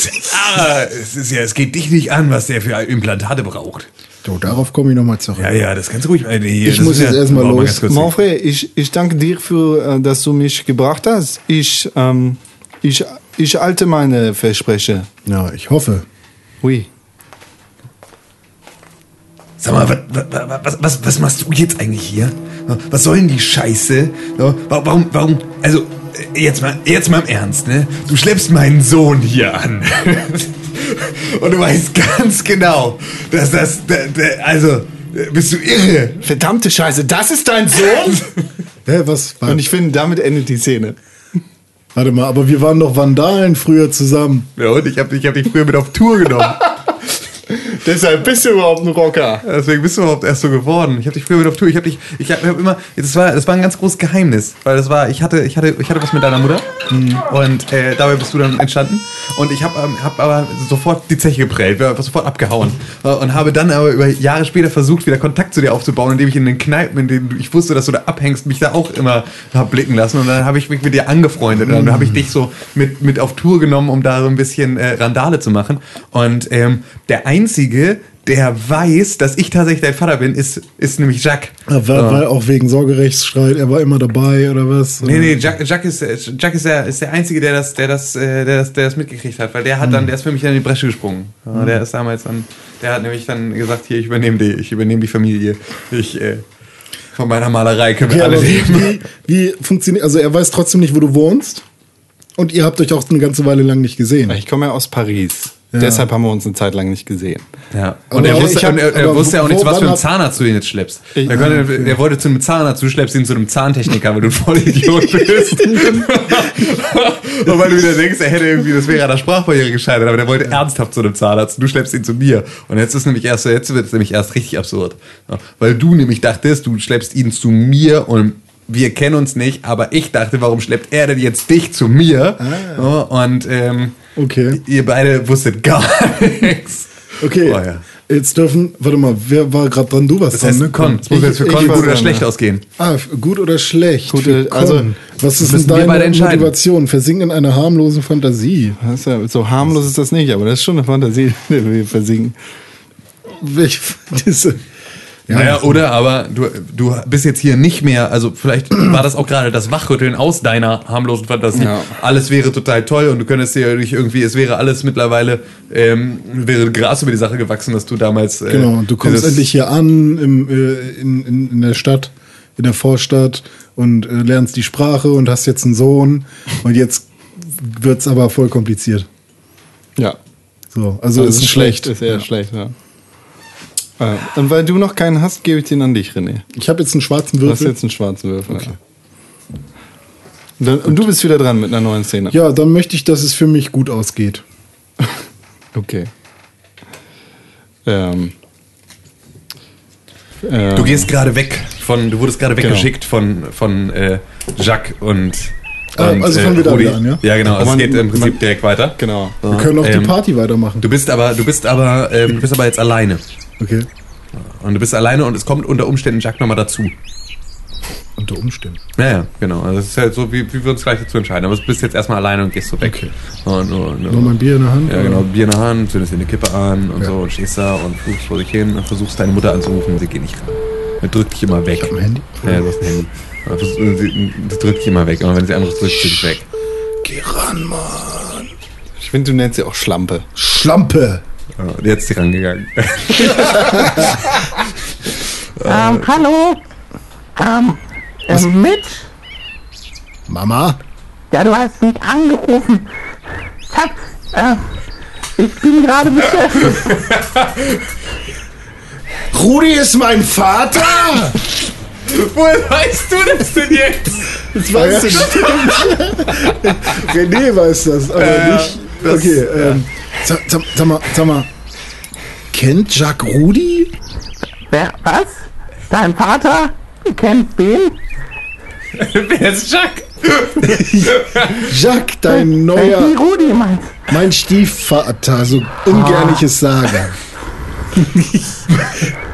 Ah, es ist ja, es geht dich nicht an, was der für Implantate braucht. So, darauf komme ich nochmal zurück. Ja, ja, das kannst du ruhig mal. Hier, Ich das muss ist jetzt erstmal Warte los. ganz kurz. Manfred, ich, ich danke dir, für, äh, dass du mich gebracht hast. Ich, ähm, ich, ich halte meine Versprechen. Ja, ich hoffe. Ui. Sag mal, was, was, was, was machst du jetzt eigentlich hier? Was soll denn die Scheiße? Wa- Warum, warum, also äh, jetzt mal, jetzt mal im Ernst, ne? Du schleppst meinen Sohn hier an. Und du weißt ganz genau, dass das, da- da- also, äh, bist du irre? Verdammte Scheiße, das ist dein Sohn? Hä, was? Wa- Und ich finde, damit endet die Szene. Warte mal, aber wir waren doch Vandalen früher zusammen. Ja, und ich habe ich hab dich früher mit auf Tour genommen. Deshalb bist du überhaupt ein Rocker. Deswegen bist du überhaupt erst so geworden. Ich habe dich früher mit auf Tour. Ich habe dich, ich habe hab immer, das war, das war ein ganz großes Geheimnis, weil das war, ich hatte, ich hatte, ich hatte was mit deiner Mutter und äh, dabei bist du dann entstanden. Und ich habe, ähm, hab aber sofort die Zeche geprellt, wir haben sofort abgehauen äh, und habe dann aber über Jahre später versucht, wieder Kontakt zu dir aufzubauen, indem ich in den Kneipen, in denen du- ich wusste, dass du da abhängst, mich da auch immer hab blicken lassen. Und dann habe ich mich mit dir angefreundet. Und dann habe ich dich so mit, mit auf Tour genommen, um da so ein bisschen äh, Randale zu machen. Und ähm, der einzige der weiß, dass ich tatsächlich dein Vater bin, ist, ist nämlich Jacques. Ja, war, war auch wegen Sorgerechtsstreit, er war immer dabei oder was? Nee, nee, Jacques, Jacques, ist, äh, Jacques ist, der, ist der Einzige, der das, der, das, äh, der, das, der das mitgekriegt hat, weil der hat dann, der ist für mich dann in die Bresche gesprungen. Ja, Der ist damals dann, der hat nämlich dann gesagt, hier, ich übernehme die, ich übernehme die Familie. Ich, äh, von meiner Malerei können Okay, wir alle aber wie, leben. wie, wie funktioniert, also er weiß trotzdem nicht, wo du wohnst. Und ihr habt euch auch eine ganze Weile lang nicht gesehen. Ich komme ja aus Paris. Deshalb haben wir uns eine Zeit lang nicht gesehen. Ja. Aber Und er ich wusste, hab- und er, aber er wusste ja auch wo- nichts, was für einen wann hab- Zahnarzt du ihn jetzt schleppst. Ich- er, konnte, er wollte zu einem Zahnarzt, du schleppst ihn zu einem Zahntechniker, weil du ein Vollidiot bist. und weil du wieder denkst, er hätte irgendwie, das wäre an der Sprachbarriere gescheitert, aber der wollte ernsthaft zu einem Zahnarzt und du schleppst ihn zu mir. Und jetzt ist nämlich erst, so, jetzt wird es nämlich erst richtig absurd. Ja, Weil du nämlich dachtest, du schleppst ihn zu mir und wir kennen uns nicht, aber ich dachte, warum schleppt er denn jetzt dich zu mir? Ja, Und ähm, Ah. Okay. ihr beide wusstet gar nichts. Okay, Oh, ja. jetzt dürfen, warte mal, wer war gerade dran? Du warst Das dran, heißt, ne? Con. Es muss Ich- jetzt für ich Con war gut oder dran, schlecht ja. ausgehen. Ah, gut oder schlecht. Gut, Für also, Con. was ist denn müssen wir beide deine entscheiden. Motivation? Versinken in einer harmlosen Fantasie. Das ist ja, äh, so harmlos ist das nicht, aber das ist schon eine Fantasie, in der wir versinken. Welche Fantasie? Ja, naja, oder aber du, du bist jetzt hier nicht mehr, also vielleicht war das auch gerade das Wachrütteln aus deiner harmlosen Fantasie. Ja. Alles wäre total toll und du könntest dir nicht irgendwie, es wäre alles mittlerweile, ähm, wäre Gras über die Sache gewachsen, dass du damals. Äh, Genau, und du kommst dieses- endlich hier an im, äh, in, in, in der Stadt, in der Vorstadt und äh, lernst die Sprache und hast jetzt einen Sohn und jetzt wird es aber voll kompliziert. Ja. So, also es ist schlecht. Ist eher schlecht, ja. Äh, Und weil du noch keinen hast, gebe ich den an dich, René. Ich habe jetzt einen schwarzen Du hast Würfel. jetzt einen schwarzen Würfel. Ja. Dann, und du bist wieder dran mit einer neuen Szene. Ja, dann möchte ich, dass es für mich gut ausgeht. Okay. Ähm. Ähm, Du gehst gerade weg von, du wurdest Genau. gerade weggeschickt von, von äh, Jacques und. Ah, und, äh, also fangen wir da wieder an, ja? Ja, genau, also Man- es geht im Prinzip man- direkt weiter. Genau. Wir können auch Ähm, die Party weitermachen. Du bist aber, du bist aber, ähm, du bist aber jetzt alleine. Okay. Und du bist alleine und es kommt unter Umständen Jack nochmal dazu. Unter Umständen. Ja, ja, genau. Also es ist halt so, wie, wie wir uns gleich dazu entscheiden. Aber du bist jetzt erstmal alleine und gehst so weg. Okay. Und, und, Nur mein Bier in der Hand. Ja, genau. Bier in der Hand, zündest dir eine Kippe an und Ja. so und stehst da und fluchst vor dich hin und versuchst deine Mutter anzurufen. Sie geht nicht ran. Er drückt dich immer weg. Ich hab ein Handy. Ja, du hast ein Handy. Aber das- Das drückt dich immer weg. Und wenn sie anderes drückt, sie dich weg. Geh ran, Mann. Ich finde, du nennst sie auch Schlampe. Schlampe. Ja, und Jetzt ist sie rangegangen. Ähm, hallo? Ähm, ähm, mit? Mama? Ja, du hast mich angerufen. Ich hab, äh, ich bin gerade beschäftigt. Rudi ist mein Vater? Woher weißt du das denn jetzt? Das weiß ich René weiß das, aber nicht. Okay, ähm, Sag, sag, sag mal, sag mal. Kennt Jacques Rudi? Wer, was? Dein Vater? Du kennst den? Wer ist Jack? Jacques, dein Wenn Äh, die neuer, Rudi meinst. mein Stiefvater, so ungern ich es sage.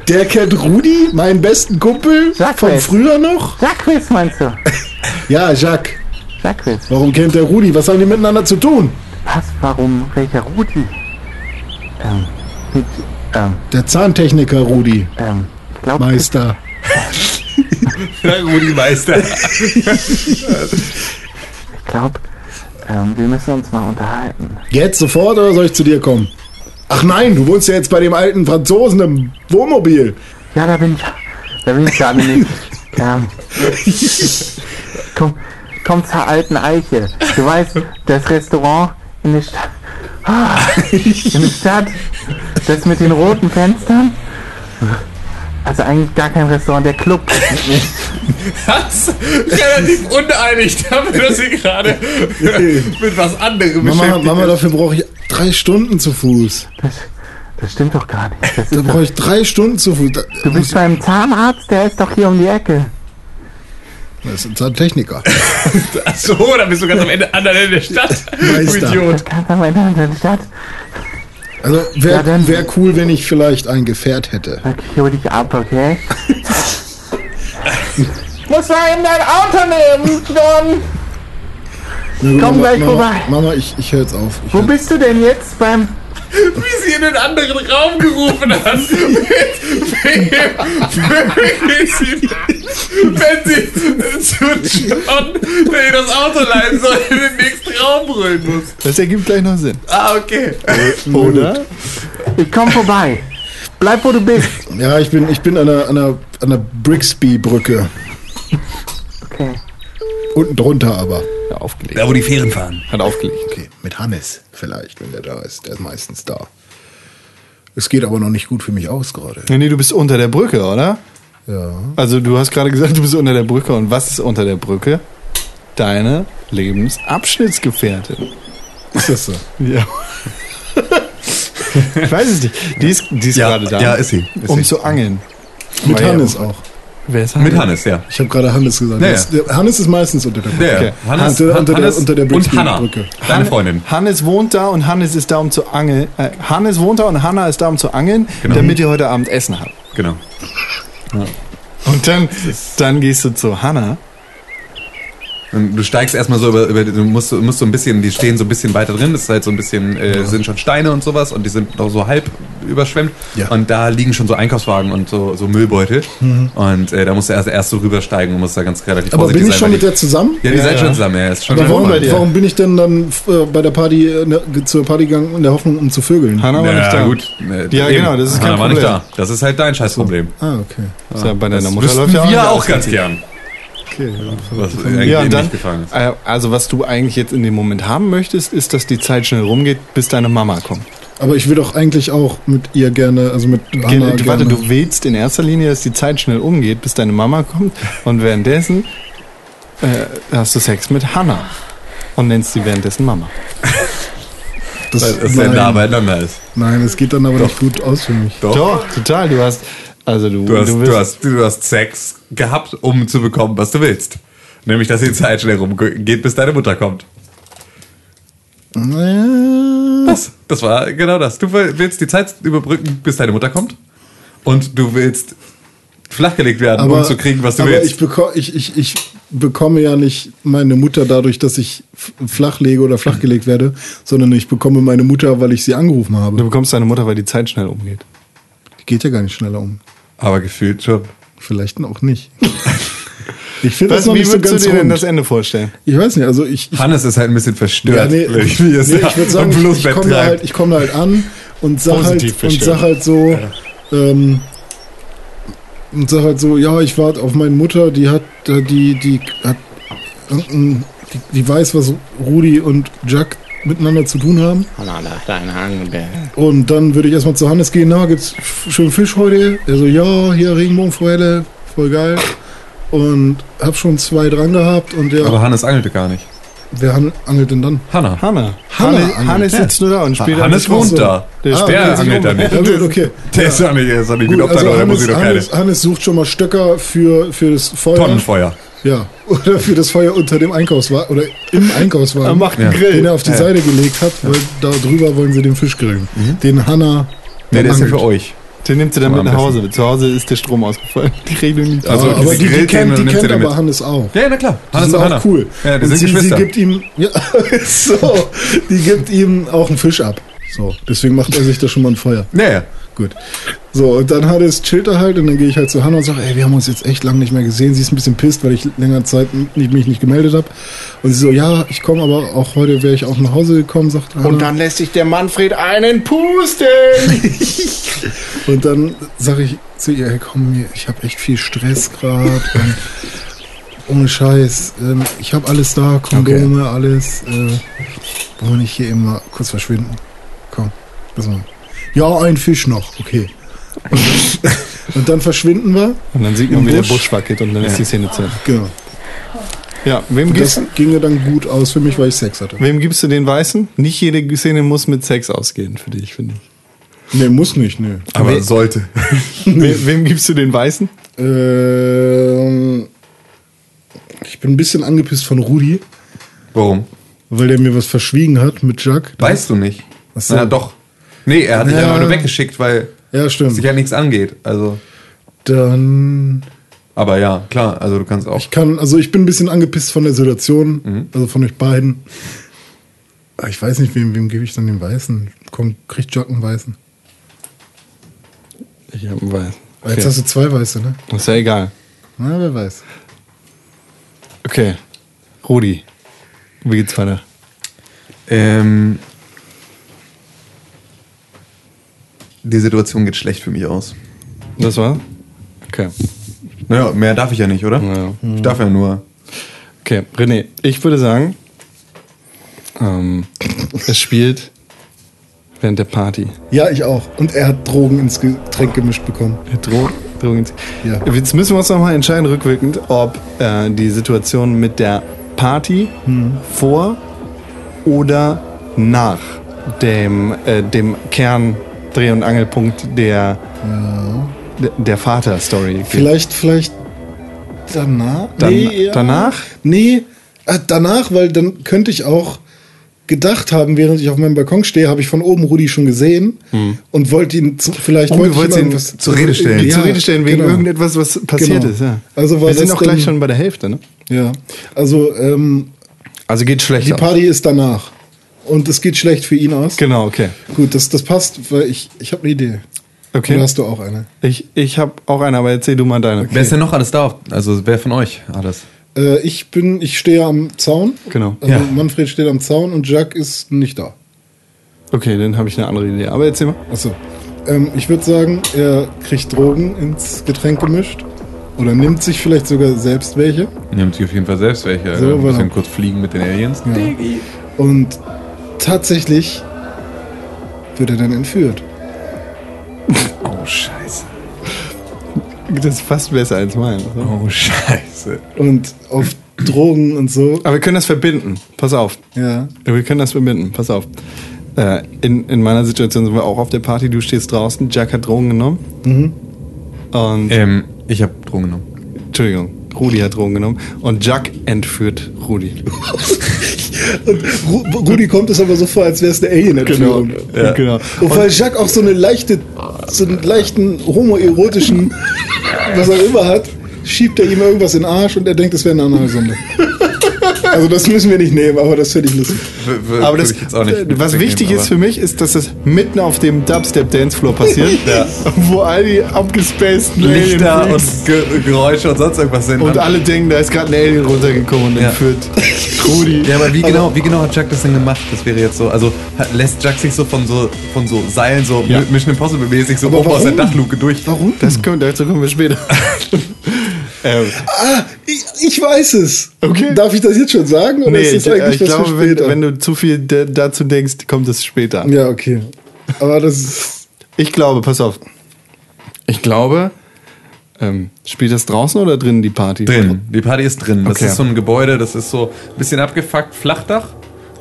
Der kennt Rudi, meinen besten Kumpel Sag von mal. früher noch. Jacques meinst du? Ja, Jacques. Jacques. Warum kennt der Rudi? Was haben die miteinander zu tun? Was, warum, welcher Rudi? Ähm, mit, ähm, Der Zahntechniker Rudi, ähm, ich glaub, Meister. Rudi Meister. ich glaub, ähm, wir müssen uns mal unterhalten. Jetzt sofort oder soll ich zu dir kommen? Ach nein, du wohnst ja jetzt bei dem alten Franzosen im Wohnmobil. Ja, da bin ich, da bin ich gerade nicht. ähm, komm, komm zur alten Eiche. Du weißt, das Restaurant in der Stadt. Ah, In der Stadt. Das mit den roten Fenstern. Also eigentlich gar kein Restaurant, der Club. Das relativ uneinig dafür, dass sie gerade mit was anderem Mama, beschäftigt Mama, dafür brauche ich drei Stunden zu Fuß. Das, das stimmt doch gar nicht. Das Da ist brauche doch, ich drei Stunden zu Fuß. Da, du bist beim Zahnarzt, der ist doch hier um die Ecke. das ist ein Zahntechniker. Ach so, da bist du ganz am Ende, anderen Ende der Stadt. Meister. Du Idiot. Das kannst du aber in der anderen Stadt. Also wäre Ja, dann- wär cool, wenn ich vielleicht ein Gefährt hätte. Okay, ich hol dich ab, okay? Muss mal eben dein Auto nehmen, John. Na gut, Komm Mama, gleich Mama, vorbei. Mama, ich, ich höre jetzt auf. Ich Wo hör- bist du denn jetzt beim Wie sie in den anderen Raum gerufen hat. Mit wem vögelt sie denn? Wenn sie zu John, der ihr das Auto leihen soll, in den nächsten Raum brüllen muss. Das ergibt gleich noch Sinn. Ah, okay. Oder? Ich komm vorbei. Bleib wo du bist. Ja, ich bin, ich bin an der, an der, an der Brixby-Brücke. Okay. Unten drunter aber. Ja, aufgelegt. Da, wo die Fähren fahren. Hat aufgelegt. Okay, mit Hannes vielleicht, wenn der da ist. Der ist meistens da. Es geht aber noch nicht gut für mich aus gerade. Nee, nee, du bist unter der Brücke, oder? Ja. Also du hast gerade gesagt, du bist unter der Brücke. Und was ist unter der Brücke? Deine Lebensabschnittsgefährtin. Ist das so? Ja. ich weiß es nicht. Die ist, die ist Ja, gerade da. ja, ist sie. Ist um sie. zu angeln. Mit Weil- Hannes auch. Wer ist Mit Hannes, ja. Ich habe gerade Hannes gesagt. Ja, ja. Das- der- Hannes ist meistens unter der Brücke. Ja, Okay. ja. Hannes, Unter- unter der- Hannes unter der und Hanna. Brücke. Deine Freundin. Hannes wohnt da und Hannes ist da, um zu angeln. Äh, Hannes wohnt da und Hanna ist da, um zu angeln, damit ihr heute Abend Essen habt. Genau. Und dann, dann gehst du zu Hanna. Und du steigst erstmal so über, über du musst, musst so ein bisschen, die stehen so ein bisschen weiter drin, das ist halt so ein bisschen, äh, sind schon Steine und sowas und die sind noch so halb überschwemmt Ja. und da liegen schon so Einkaufswagen und so, so Müllbeutel Mhm. und äh, da musst du erst, erst so rübersteigen und musst da ganz relativ Aber bin ich schon weil mit die- der zusammen? Ja, die Ja, seid ja. schon zusammen, ja, ist schon Aber warum, normal. warum bin ich denn dann f- äh, bei der Party äh, ne, zur Party gegangen in der Hoffnung, um zu vögeln? Hanna war ja, nicht da. gut. Ne, Ja, eben. genau, das ist kein Hanna war Problem. Nicht da. Das ist halt dein Scheißproblem. Ah, okay. Ist ja bei deiner Das Mutter läuft wüssten ja wir auch. auch ganz gern. okay. ja. Was eigentlich Ja, eben und dann, nicht gefangen ist. äh, also was du eigentlich jetzt in dem Moment haben möchtest, ist, dass die Zeit schnell rumgeht, bis deine Mama kommt. Aber ich will doch eigentlich auch mit ihr gerne, also mit Hanna Gerne, du, gerne. warte, du willst in erster Linie, dass die Zeit schnell umgeht, bis deine Mama kommt und währenddessen äh, hast du Sex mit Hannah und nennst sie währenddessen Mama. das, Weil es sehr nein, nah beieinander ist. nein, das geht dann aber nicht gut aus für mich. Doch. total. Du hast, also du, Du hast, du, willst- hast, du hast Sex gehabt, um zu bekommen, was du willst. Nämlich, dass die Zeit schnell rumgeht, bis deine Mutter kommt. Das, das war genau das. Du willst die Zeit überbrücken, bis deine Mutter kommt. Und du willst flachgelegt werden, um zu kriegen, was du aber willst. Ich, beko ich, ich, ich bekomme ja nicht meine Mutter dadurch, dass ich f- flach lege oder flachgelegt werde, sondern ich bekomme meine Mutter, weil ich sie angerufen habe. du bekommst deine Mutter, weil die Zeit schnell umgeht. Die geht ja gar nicht schneller um. aber gefühlt schon. Vielleicht auch nicht. Ich finde das Was, noch wie nicht so würdest ganz du dir denn rund. das Ende vorstellen? Ich weiß nicht, also ich, Hannes ist halt ein bisschen Ja, verstört. nee, würde ich, mir nee, jetzt ich würde sagen, am ich, ich Flussbett komme da, treiben. halt, ich komm da halt an und sag halt, Positiv und verstört. sag halt so, ähm, und sag halt so, ja, ich warte auf meine Mutter, die hat, äh, die, die hat, irgendein- die, die weiß, was Rudi und Jack miteinander zu tun haben. Und dann würde ich erstmal zu Hannes gehen, na, gibt's schön Fisch heute? Er so, ja, hier Regenbogenforelle, voll geil. Und hab schon zwei dran gehabt und der, Aber Hannes angelte gar nicht. wer han- angelt denn dann? Hanne. Hanna. Hanne Hanne, angelt. Hanne sitzt nur da und spielt Hannes an der wohnt Straße. da. Der Ah, spielt okay, Der angelt da nicht. Ja, gut, okay. Der ist doch nicht, der ist doch nicht Gut, gut also obdachlos, der muss Hannes, sich doch keine Hannes, Hannes sucht schon mal Stöcker für, für das Feuer. Tonnenfeuer. Ja, oder für das Feuer unter dem Einkaufswagen oder im Er Einkaufswagen, macht einen Grill. den er auf die Seite gelegt hat, weil da drüber wollen sie den Fisch grillen. Den Hanna. Mhm. Nee, der ist ja angelt. für euch. Den nimmt sie dann Aber mit am nach Hause. Zu Hause ist der Strom ausgefallen. Die Regelung liegt Also, Ah, aber diese die, die Grillthemen kennt, die nimmt sie kennt dann aber mit. Hannes auch. Ja, na klar. Die sind auch Hanna. cool. Ja, die und sind sie, sie Geschwister. gibt ihm, ja, so, die gibt ihm auch einen Fisch ab. So, deswegen macht er sich da schon mal ein Feuer. Ja, ja. Gut. So, und dann hat es chillt er halt und dann gehe ich halt zu Hannah und sage, ey, wir haben uns jetzt echt lange nicht mehr gesehen. Sie ist ein bisschen pisst, weil ich länger Zeit nicht, mich nicht gemeldet habe. Und sie so, ja, ich komme, aber auch heute wäre ich auch nach Hause gekommen, sagt Hannah. Und dann lässt sich der Manfred einen pusten. Und dann sage ich zu ihr, hey, komm mir, ich habe echt viel Stress gerade und ohne Scheiß, ähm, ich habe alles da, Kondome, alles. Äh, wollen wir nicht hier eben mal kurz verschwinden? Komm, lass mal. Ja, ein Fisch noch, okay. Und dann, und dann verschwinden wir. Und dann sieht man, wie der Busch. Busch wackelt und dann ist die Szene zu. Ende. Genau. Ja, wem Und das gibst, ginge dann gut aus für mich, weil ich Sex hatte. wem gibst du den Weißen? Nicht jede Szene muss mit Sex ausgehen für dich, finde ich. Nee, muss nicht, nee. Aber sollte. Wem, wem gibst du den Weißen? Ähm, ich bin ein bisschen angepisst von Rudi, Warum? weil der mir was verschwiegen hat mit Jack. Weißt du nicht. Ach so. Na doch. Nee, er hat dich Ja. einfach nur weggeschickt, weil Ja, stimmt. sich halt nichts angeht. Also, Dann. aber ja, klar, also du kannst auch. Ich kann, also ich bin ein bisschen angepisst von der Situation, also von euch beiden. Aber ich weiß nicht, wem, wem gebe ich dann den Weißen? Komm, kriegt Jack einen Weißen. Ich habe einen Weißen. Ah, Jetzt hast du zwei Weiße, ne? Ist ja egal. Na, wer weiß. Okay. Rudi, wie geht's weiter? Ähm, die Situation geht schlecht für mich aus. Das war? Okay. Naja, mehr darf ich ja nicht, oder? Ja. Ich darf ja nur. Okay, René, ich würde sagen, ähm, es spielt während der Party. Ja, ich auch. Und er hat Drogen ins Getränk gemischt bekommen. Dro Drogen. Ja. Jetzt müssen wir uns nochmal entscheiden, rückwirkend, ob äh, die Situation mit der Party Hm. vor oder nach dem, äh, dem Kern Dreh- und Angelpunkt der, der, der Vater-Story geht. Vielleicht, vielleicht danach? Dann, ja. Danach? Nee, äh, danach, weil dann könnte ich auch gedacht haben, während ich auf meinem Balkon stehe, habe ich von oben Rudi schon gesehen und wollte ihn zu, vielleicht Hm. Oh, wollte wir ich wollten ihm ihn was- zur Rede stellen. Die Ja, zur Rede stellen wegen genau. irgendetwas, was passiert Genau. ist. Ja. Also war wir sind das auch gleich denn- schon bei der Hälfte, ne? Ja, also ähm, Also geht schlecht die aus. Party ist danach und es geht schlecht für ihn aus. Genau, okay. Gut, das, das passt, weil ich, ich habe eine Idee. Okay. Oder hast du auch eine? Ich, ich habe auch eine, aber erzähl du mal deine. Wer ist denn noch alles da? Also, wer von euch alles? Äh, ich bin, ich stehe am Zaun. Genau. Also Ja. Manfred steht am Zaun und Jack ist nicht da. Okay, dann habe ich eine andere Idee. Aber erzähl mal. Achso. Ähm, ich würde sagen, er kriegt Drogen ins Getränk gemischt. Oder nimmt sich vielleicht sogar selbst welche. Nimmt sich auf jeden Fall selbst welche. äh, So, ein bisschen voilà. kurz fliegen mit den Aliens. Ja. Und tatsächlich wird er dann entführt. Oh, Scheiße. Das ist fast besser als mein. Oh, Scheiße. Und auf Drogen und so. Aber wir können das verbinden. Pass auf. Ja. Wir können das verbinden. Pass auf. Äh, in, in meiner Situation sind wir auch auf der Party. Du stehst draußen. Jack hat Drogen genommen. Und. Ähm, ich habe Drogen genommen. Entschuldigung. Rudi hat Drogen genommen. Und Jack entführt Rudi. Und Ru Rudi kommt es aber so vor, als wäre es eine Alien-Entführung. Ja. genau. Und weil Jacques auch so eine leichte, so einen leichten homoerotischen, was er immer hat, schiebt er ihm irgendwas in den Arsch und er denkt, es wäre eine Analsonde. Also das müssen wir nicht nehmen, aber das finde ich lustig. Aber das, äh, was wichtig ist für mich, ist, dass das mitten auf dem Dubstep-Dancefloor passiert, wo all die abgespaceden Lichter Alien und Ge Geräusche und sonst irgendwas sind. und alle denken, da ist gerade ein Alien runtergekommen und entführt Trudi. ja, aber wie genau, wie genau hat Chuck das denn gemacht? Das wäre jetzt so, also hat, lässt Chuck sich so von so, von so Seilen, so Ja. Mission Impossible mäßig, so Aber hoch aus der warum? Dachluke durch. Warum? Das kommt, dazu kommen wir später. ähm, Ah, ich, ich weiß es. Okay. Darf ich das jetzt schon sagen? Oder nee, ist ich, das eigentlich ich was glaube, für wenn, später? wenn du zu viel da- dazu denkst, kommt es später. ja, okay. Aber das ist. Ich glaube, pass auf. Ich glaube, ähm, spielt das draußen oder drinnen die Party? Drin. Die Party ist drin. Das Okay. ist so ein Gebäude, das ist so ein bisschen abgefuckt, Flachdach.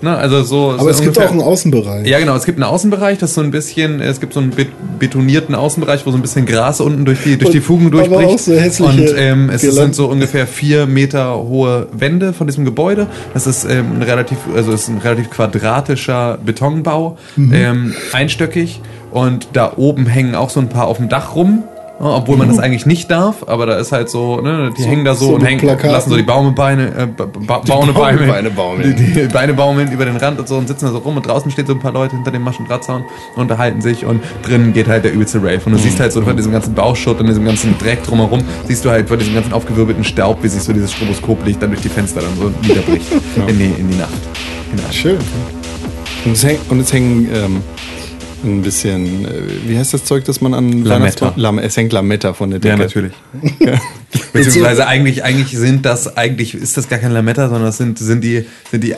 Ne? Also so, so Aber es gibt ungefähr- auch einen Außenbereich. Ja, genau. Es gibt einen Außenbereich, das ist so ein bisschen, es gibt so einen be betonierten Außenbereich, wo so ein bisschen Gras unten durch die, durch die Und- Fugen aber durchbricht. auch so hässliche und ähm, es Girlanden. sind so ungefähr vier Meter hohe Wände von diesem Gebäude. Das ist ähm, ein relativ, also es ist ein relativ quadratischer Betonbau, Mhm. ähm, einstöckig. Und da oben hängen auch so ein paar auf dem Dach rum. ne, Obwohl man das eigentlich nicht darf, aber da ist halt so, ne, die hängen da so, Mhm. so und mit hängen, Plakaten. lassen so die Baumebeine, äh, ba ba Baune baumeln. Baumebeine baumeln. Die, die Beine baumeln über den Rand und so und sitzen da so rum und draußen stehen so ein paar Leute hinter dem Maschendrahtzaun und unterhalten sich und drinnen geht halt der übelste Rave und du siehst halt so von diesem ganzen Bauschutt und diesem ganzen Dreck drumherum, siehst du halt von diesem ganzen aufgewirbelten Staub, wie sich so dieses Stroboskoplicht dann durch die Fenster dann so niederbricht in, die, in die Nacht. Genau. Schön. Und es, häng, und es hängen ähm, ein bisschen, äh, wie heißt das Zeug, das man an Lametta. Weihnachtsbaum- Lam, es hängt Lametta von der Decke. Ja, natürlich. Beziehungsweise eigentlich, eigentlich sind das, eigentlich ist das gar kein Lametta, sondern das sind, sind die, sind die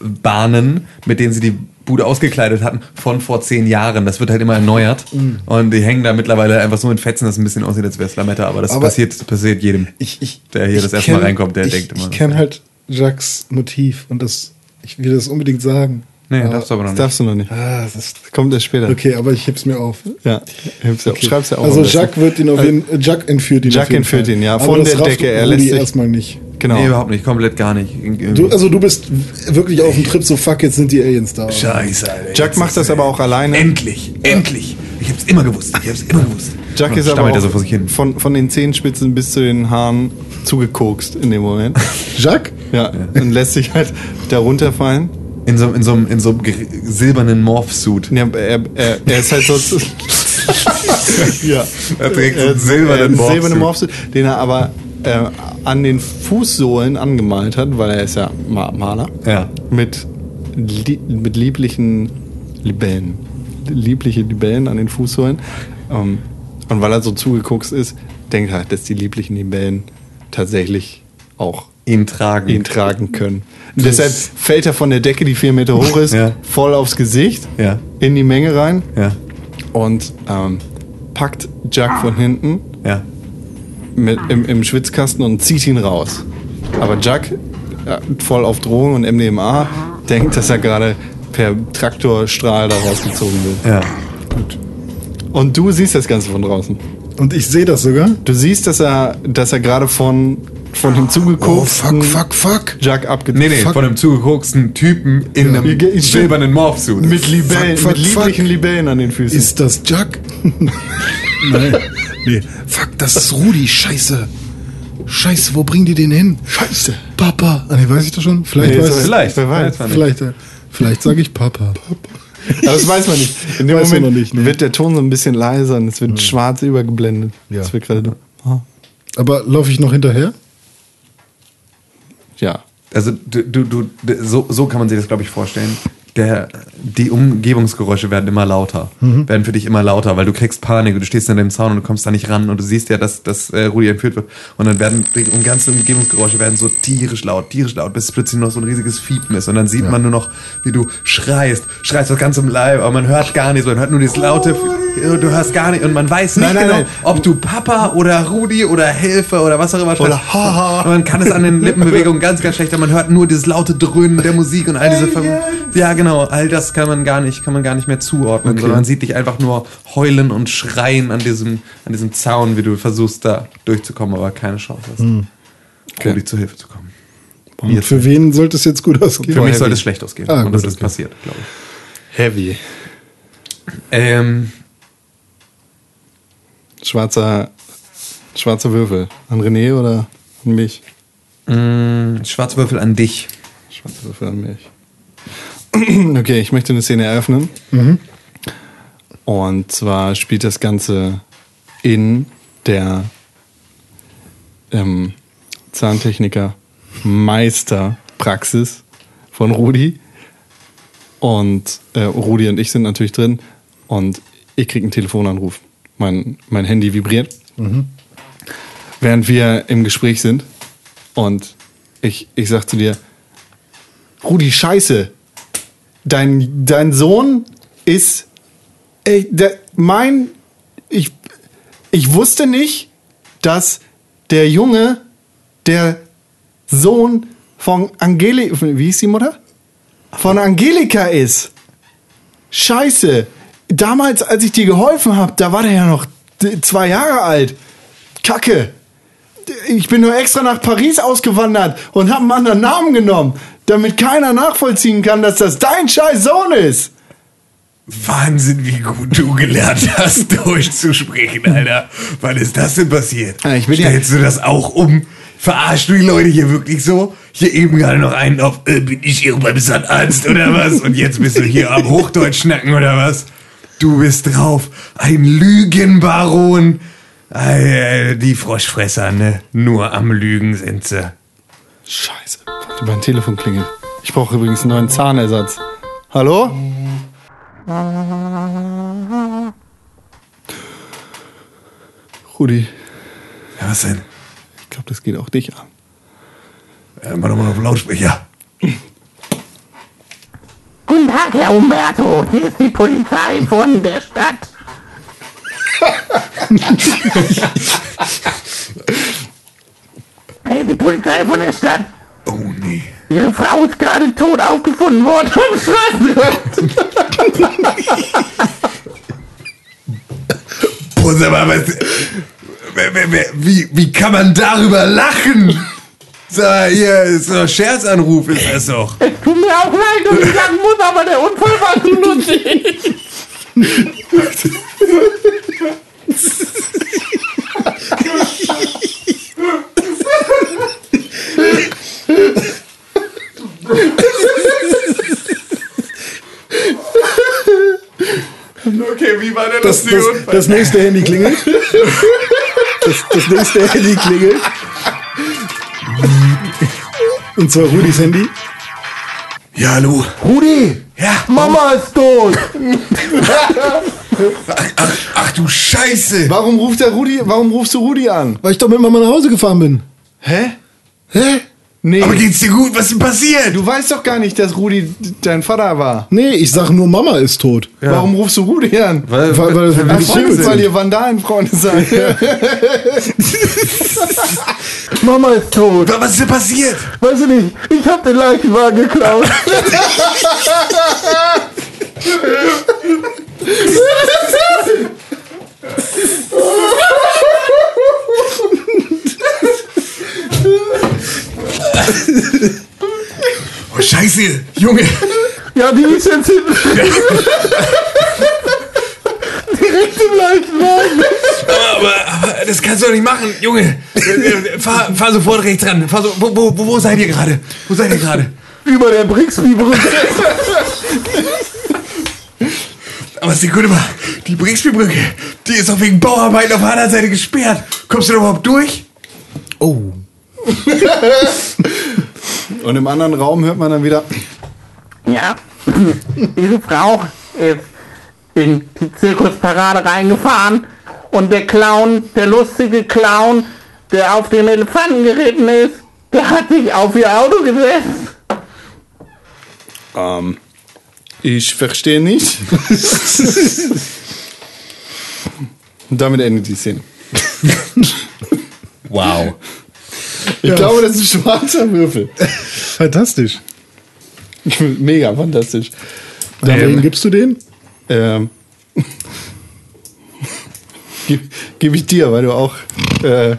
Alu-Bahnen, mit denen sie die Bude ausgekleidet hatten, von vor zehn Jahren. Das wird halt immer erneuert. Und die hängen da mittlerweile einfach so in Fetzen, dass es ein bisschen aussieht, als wäre es Lametta. Aber das Aber- passiert, das passiert jedem. Ich, ich, Der hier ich das erste Mal kenn- reinkommt, der ich, denkt immer, Ich kenne halt Jacques Motiv und das. Ich will das unbedingt sagen. nee, aber, darfst du aber noch Das nicht. darfst du noch nicht. Ah, das ist, Das kommt erst später. okay, aber ich heb's mir auf. Ja, hilfst du auch. schreibst du auch. also am besten. Jacques wird ihn auf jeden äh, Jacques entführt ihn. Jacques auf jeden entführt Fall. ihn, ja, Aber von das der rafft Decke, er Rudi lässt sich- erstmal nicht. Genau. Nee, überhaupt nicht, komplett gar nicht. Du, also du bist wirklich auf dem Trip so fuck, jetzt sind die Aliens da. Scheiße, Alter. Jack macht das aber auch alleine. Endlich, endlich. Ich hab's immer gewusst. Ich hab's immer gewusst. Jack ist aber Stammelt er auch so vor sich hin. Von, von den Zehenspitzen bis zu den Haaren zugekokst in dem Moment. Jacques? ja, und lässt sich halt da runterfallen. in so, in so, einem- in so einem gr- silbernen Morph-Suit. Ja, er, er, er ist halt so. ja. Er trägt so einen Äh, silbernen äh, Morph-Suit. silbernen Morph-Suit, den er aber äh, an den Fußsohlen angemalt hat, weil er ist ja Ma Maler. Ja. Mit, li mit lieblichen Libellen. Liebliche Libellen an den Fußsohlen. Ähm, und weil er so zugeguckt ist, denkt er, halt, dass die lieblichen Libellen tatsächlich auch Ihn tragen. ihn tragen können. Und deshalb fällt er von der Decke, die vier Meter hoch ist, Ja. voll aufs Gesicht, Ja. in die Menge rein ja, und ähm, packt Jack von hinten ja. mit, im, im Schwitzkasten und zieht ihn raus. Aber Jack, äh, voll auf Drohung und MDMA, denkt, dass er gerade per Traktorstrahl da rausgezogen wird. Ja. Und du siehst das Ganze von draußen. Und ich sehe das sogar. Du siehst, dass er, dass er gerade von, von dem zugeguckten Oh, fuck. Jack abgezogen Nee, nee, von einem zugekoksten Typen in einem Ja, stimmt. silbernen Morph-Suit. Mit Libellen, Fuck, fuck, mit lieblichen Libellen an den Füßen. Ist das Jacques? Nein. Nee. Fuck, das ist Rudi. Scheiße. Scheiße, wo bringen die den hin? Scheiße. Papa. Ah, nee, weiß ich das schon? Vielleicht Nee, weiß sorry. Vielleicht. Wer weiß. Weiß man nicht. Vielleicht, äh, vielleicht sage ich Papa. Aber das weiß man nicht. In dem Weiß man Moment noch nicht, ne? wird der Ton so ein bisschen leiser und es wird schwarz übergeblendet. Ja. Es wird gerade. Aber laufe ich noch hinterher? Ja. Also du, du, du d- so, so kann man sich das, glaube ich, vorstellen. Der, die Umgebungsgeräusche werden immer lauter, werden für dich immer lauter, weil du kriegst Panik und du stehst an dem Zaun und du kommst da nicht ran und du siehst ja, dass, dass äh, Rudi entführt wird und dann werden die um- ganzen Umgebungsgeräusche werden so tierisch laut, tierisch laut, bis es plötzlich nur noch so ein riesiges Fiepen ist und dann sieht man nur noch, wie du schreist, schreist aus ganzem Leib, aber man hört gar nichts, man hört nur dieses laute, Oh, du hörst gar nicht und man weiß nicht Nein, nein, genau, nein. ob du Papa oder Rudi oder Hilfe oder was auch immer schreist. Oder Haha. Man kann es an den Lippenbewegungen ganz, ganz schlecht, aber man hört nur dieses laute Dröhnen der Musik und all diese Ver Ja, genau, all das kann man gar nicht, kann man gar nicht mehr zuordnen, sondern man sieht dich einfach nur heulen und schreien an diesem, an diesem Zaun, wie du versuchst, da durchzukommen, aber keine Chance hast, Hm. um dir zu Hilfe zu kommen. Und für wen sollte es jetzt gut ausgehen? Für mich heavy. sollte es schlecht ausgehen. Ah, und das gut, ist okay. passiert, glaube ich. Heavy. Ähm, Schwarzer, schwarzer Würfel. An René oder an mich? Schwarze Würfel an dich. Schwarze Würfel an mich. Okay, ich möchte eine Szene eröffnen. Und zwar spielt das Ganze in der ähm, Zahntechniker Meisterpraxis von Rudi. Und äh, Rudi und ich sind natürlich drin. Und ich kriege einen Telefonanruf. Mein, mein Handy vibriert. Während wir im Gespräch sind. Und ich, ich sag zu dir, Rudi, scheiße. Dein, dein Sohn ist. Ey, der, mein. Ich, ich wusste nicht, dass der Junge, der Sohn von Angelika. Wie hieß die Mutter? Von Angelika ist. Scheiße. Damals, als ich dir geholfen habe, da war der ja noch d- zwei Jahre alt. Kacke. Ich bin nur extra nach Paris ausgewandert und habe einen anderen Namen genommen, damit keiner nachvollziehen kann, dass das dein scheiß Sohn ist. Wahnsinn, wie gut du gelernt hast, durchzusprechen, Alter. Wann ist das denn passiert? Ah, ich will ja- Stellst du das auch um? Verarschst du die Leute hier wirklich so? Hier eben gerade noch einen auf, äh, bin ich hier beim Zahnarzt oder was? Und jetzt bist du hier am Hochdeutsch schnacken oder was? Du bist drauf. Ein Lügenbaron. Äh, die Froschfresser, ne? Nur am Lügen sind sie. Scheiße. Warte, mein Telefon klingelt. Ich brauche übrigens einen neuen Zahnersatz. Hallo? Rudi, Ja, was denn? ich glaube, das geht auch dich an. Äh, mach doch mal auf Lautsprecher. Guten Tag, Herr Umberto. Hier ist die Polizei von der Stadt. Hey, die Polizei von der Stadt. Oh nee. Ihre Frau ist gerade tot aufgefunden worden vom Straßenrand. Boah, sag mal, was, wer- wer- wer- wie, wie kann man darüber lachen? Sag mal, hier ist doch ein Scherzanruf, ist das doch. Es tut mir auch leid, dass ich sagen muss, aber der Unfall war zu lustig. Okay, wie war denn Das, das, das nächste Handy klingelt. Das, das nächste Handy klingelt. Und zwar Rudis Handy. Ja, hallo. Rudi! Ja, Mama ist tot! ach du Scheiße. Warum ruft der Rudi, warum rufst du Rudi an? Weil ich doch mit Mama nach Hause gefahren bin. Hä? Hä? Nee. Aber geht's dir gut? Was ist denn passiert? du weißt doch gar nicht, dass Rudi dein Vater war. Nee, ich sag nur, Mama ist tot. Warum rufst du Rudi an? Weil, weil, das Ach, wirklich Freunde, Sinn. weil ihr Vandalenfreunde seid. Mama ist tot. Was ist denn passiert? Weiß ich nicht, ich hab den Leichenwagen geklaut. Oh, Scheiße, Junge. Ja, die ist jetzt hinten. Direkt im Leichenwagen. Aber, aber Äh, das kannst du doch nicht machen, Junge. Äh, äh, fahr, fahr sofort rechts ran. Fahr so, wo, wo, wo seid ihr gerade? Wo seid ihr gerade? Über der Brixby-Brücke. Aber Sekunde mal, die Brixby-Brücke, die ist doch wegen Bauarbeiten auf der anderen Seite gesperrt. Kommst du da überhaupt durch? Und im anderen Raum hört man dann wieder. Ja, diese Frau ist in die Zirkusparade reingefahren und der Clown, der lustige Clown, der auf den Elefanten geritten ist, der hat sich auf ihr Auto gesetzt. Ähm, ich verstehe nicht. Und damit endet die Szene. Wow. Ich glaube, das ist ein schwarzer Würfel. Fantastisch. Mega fantastisch. Dann wem gibst du den? Ähm, gib, gib ich dir, weil du auch äh,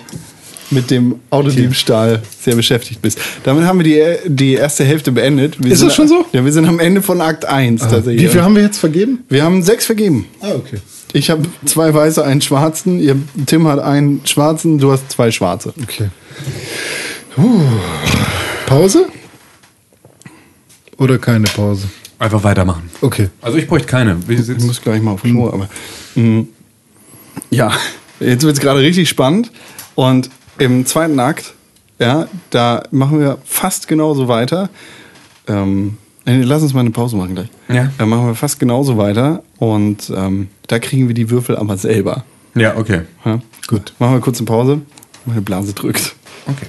mit dem Autodiebstahl sehr beschäftigt bist. Damit haben wir die, die erste Hälfte beendet. Wir Ist sind, das schon so? Ja, wir sind am Ende von Akt 1 tatsächlich. Wie viel haben wir jetzt vergeben? wir haben sechs vergeben. Ah, okay. Ich habe zwei weiße, einen schwarzen. Ihr, Tim hat einen schwarzen, du hast zwei schwarze. Okay. Pause? Oder keine Pause? Einfach weitermachen. Okay. Also ich bräuchte keine. Wir Ich sitzen- muss gleich mal auf Schnur, aber. Mhm. Ja, jetzt wird es gerade richtig spannend. Und im zweiten Akt, ja, da machen wir fast genauso weiter. Ähm, nee, lass uns mal eine Pause machen gleich. Ja. Da machen wir fast genauso weiter. Und ähm, da kriegen wir die Würfel aber selber. Ja, okay. Ja? Gut. Machen wir kurz eine Pause. Meine Blase drückt. Okay.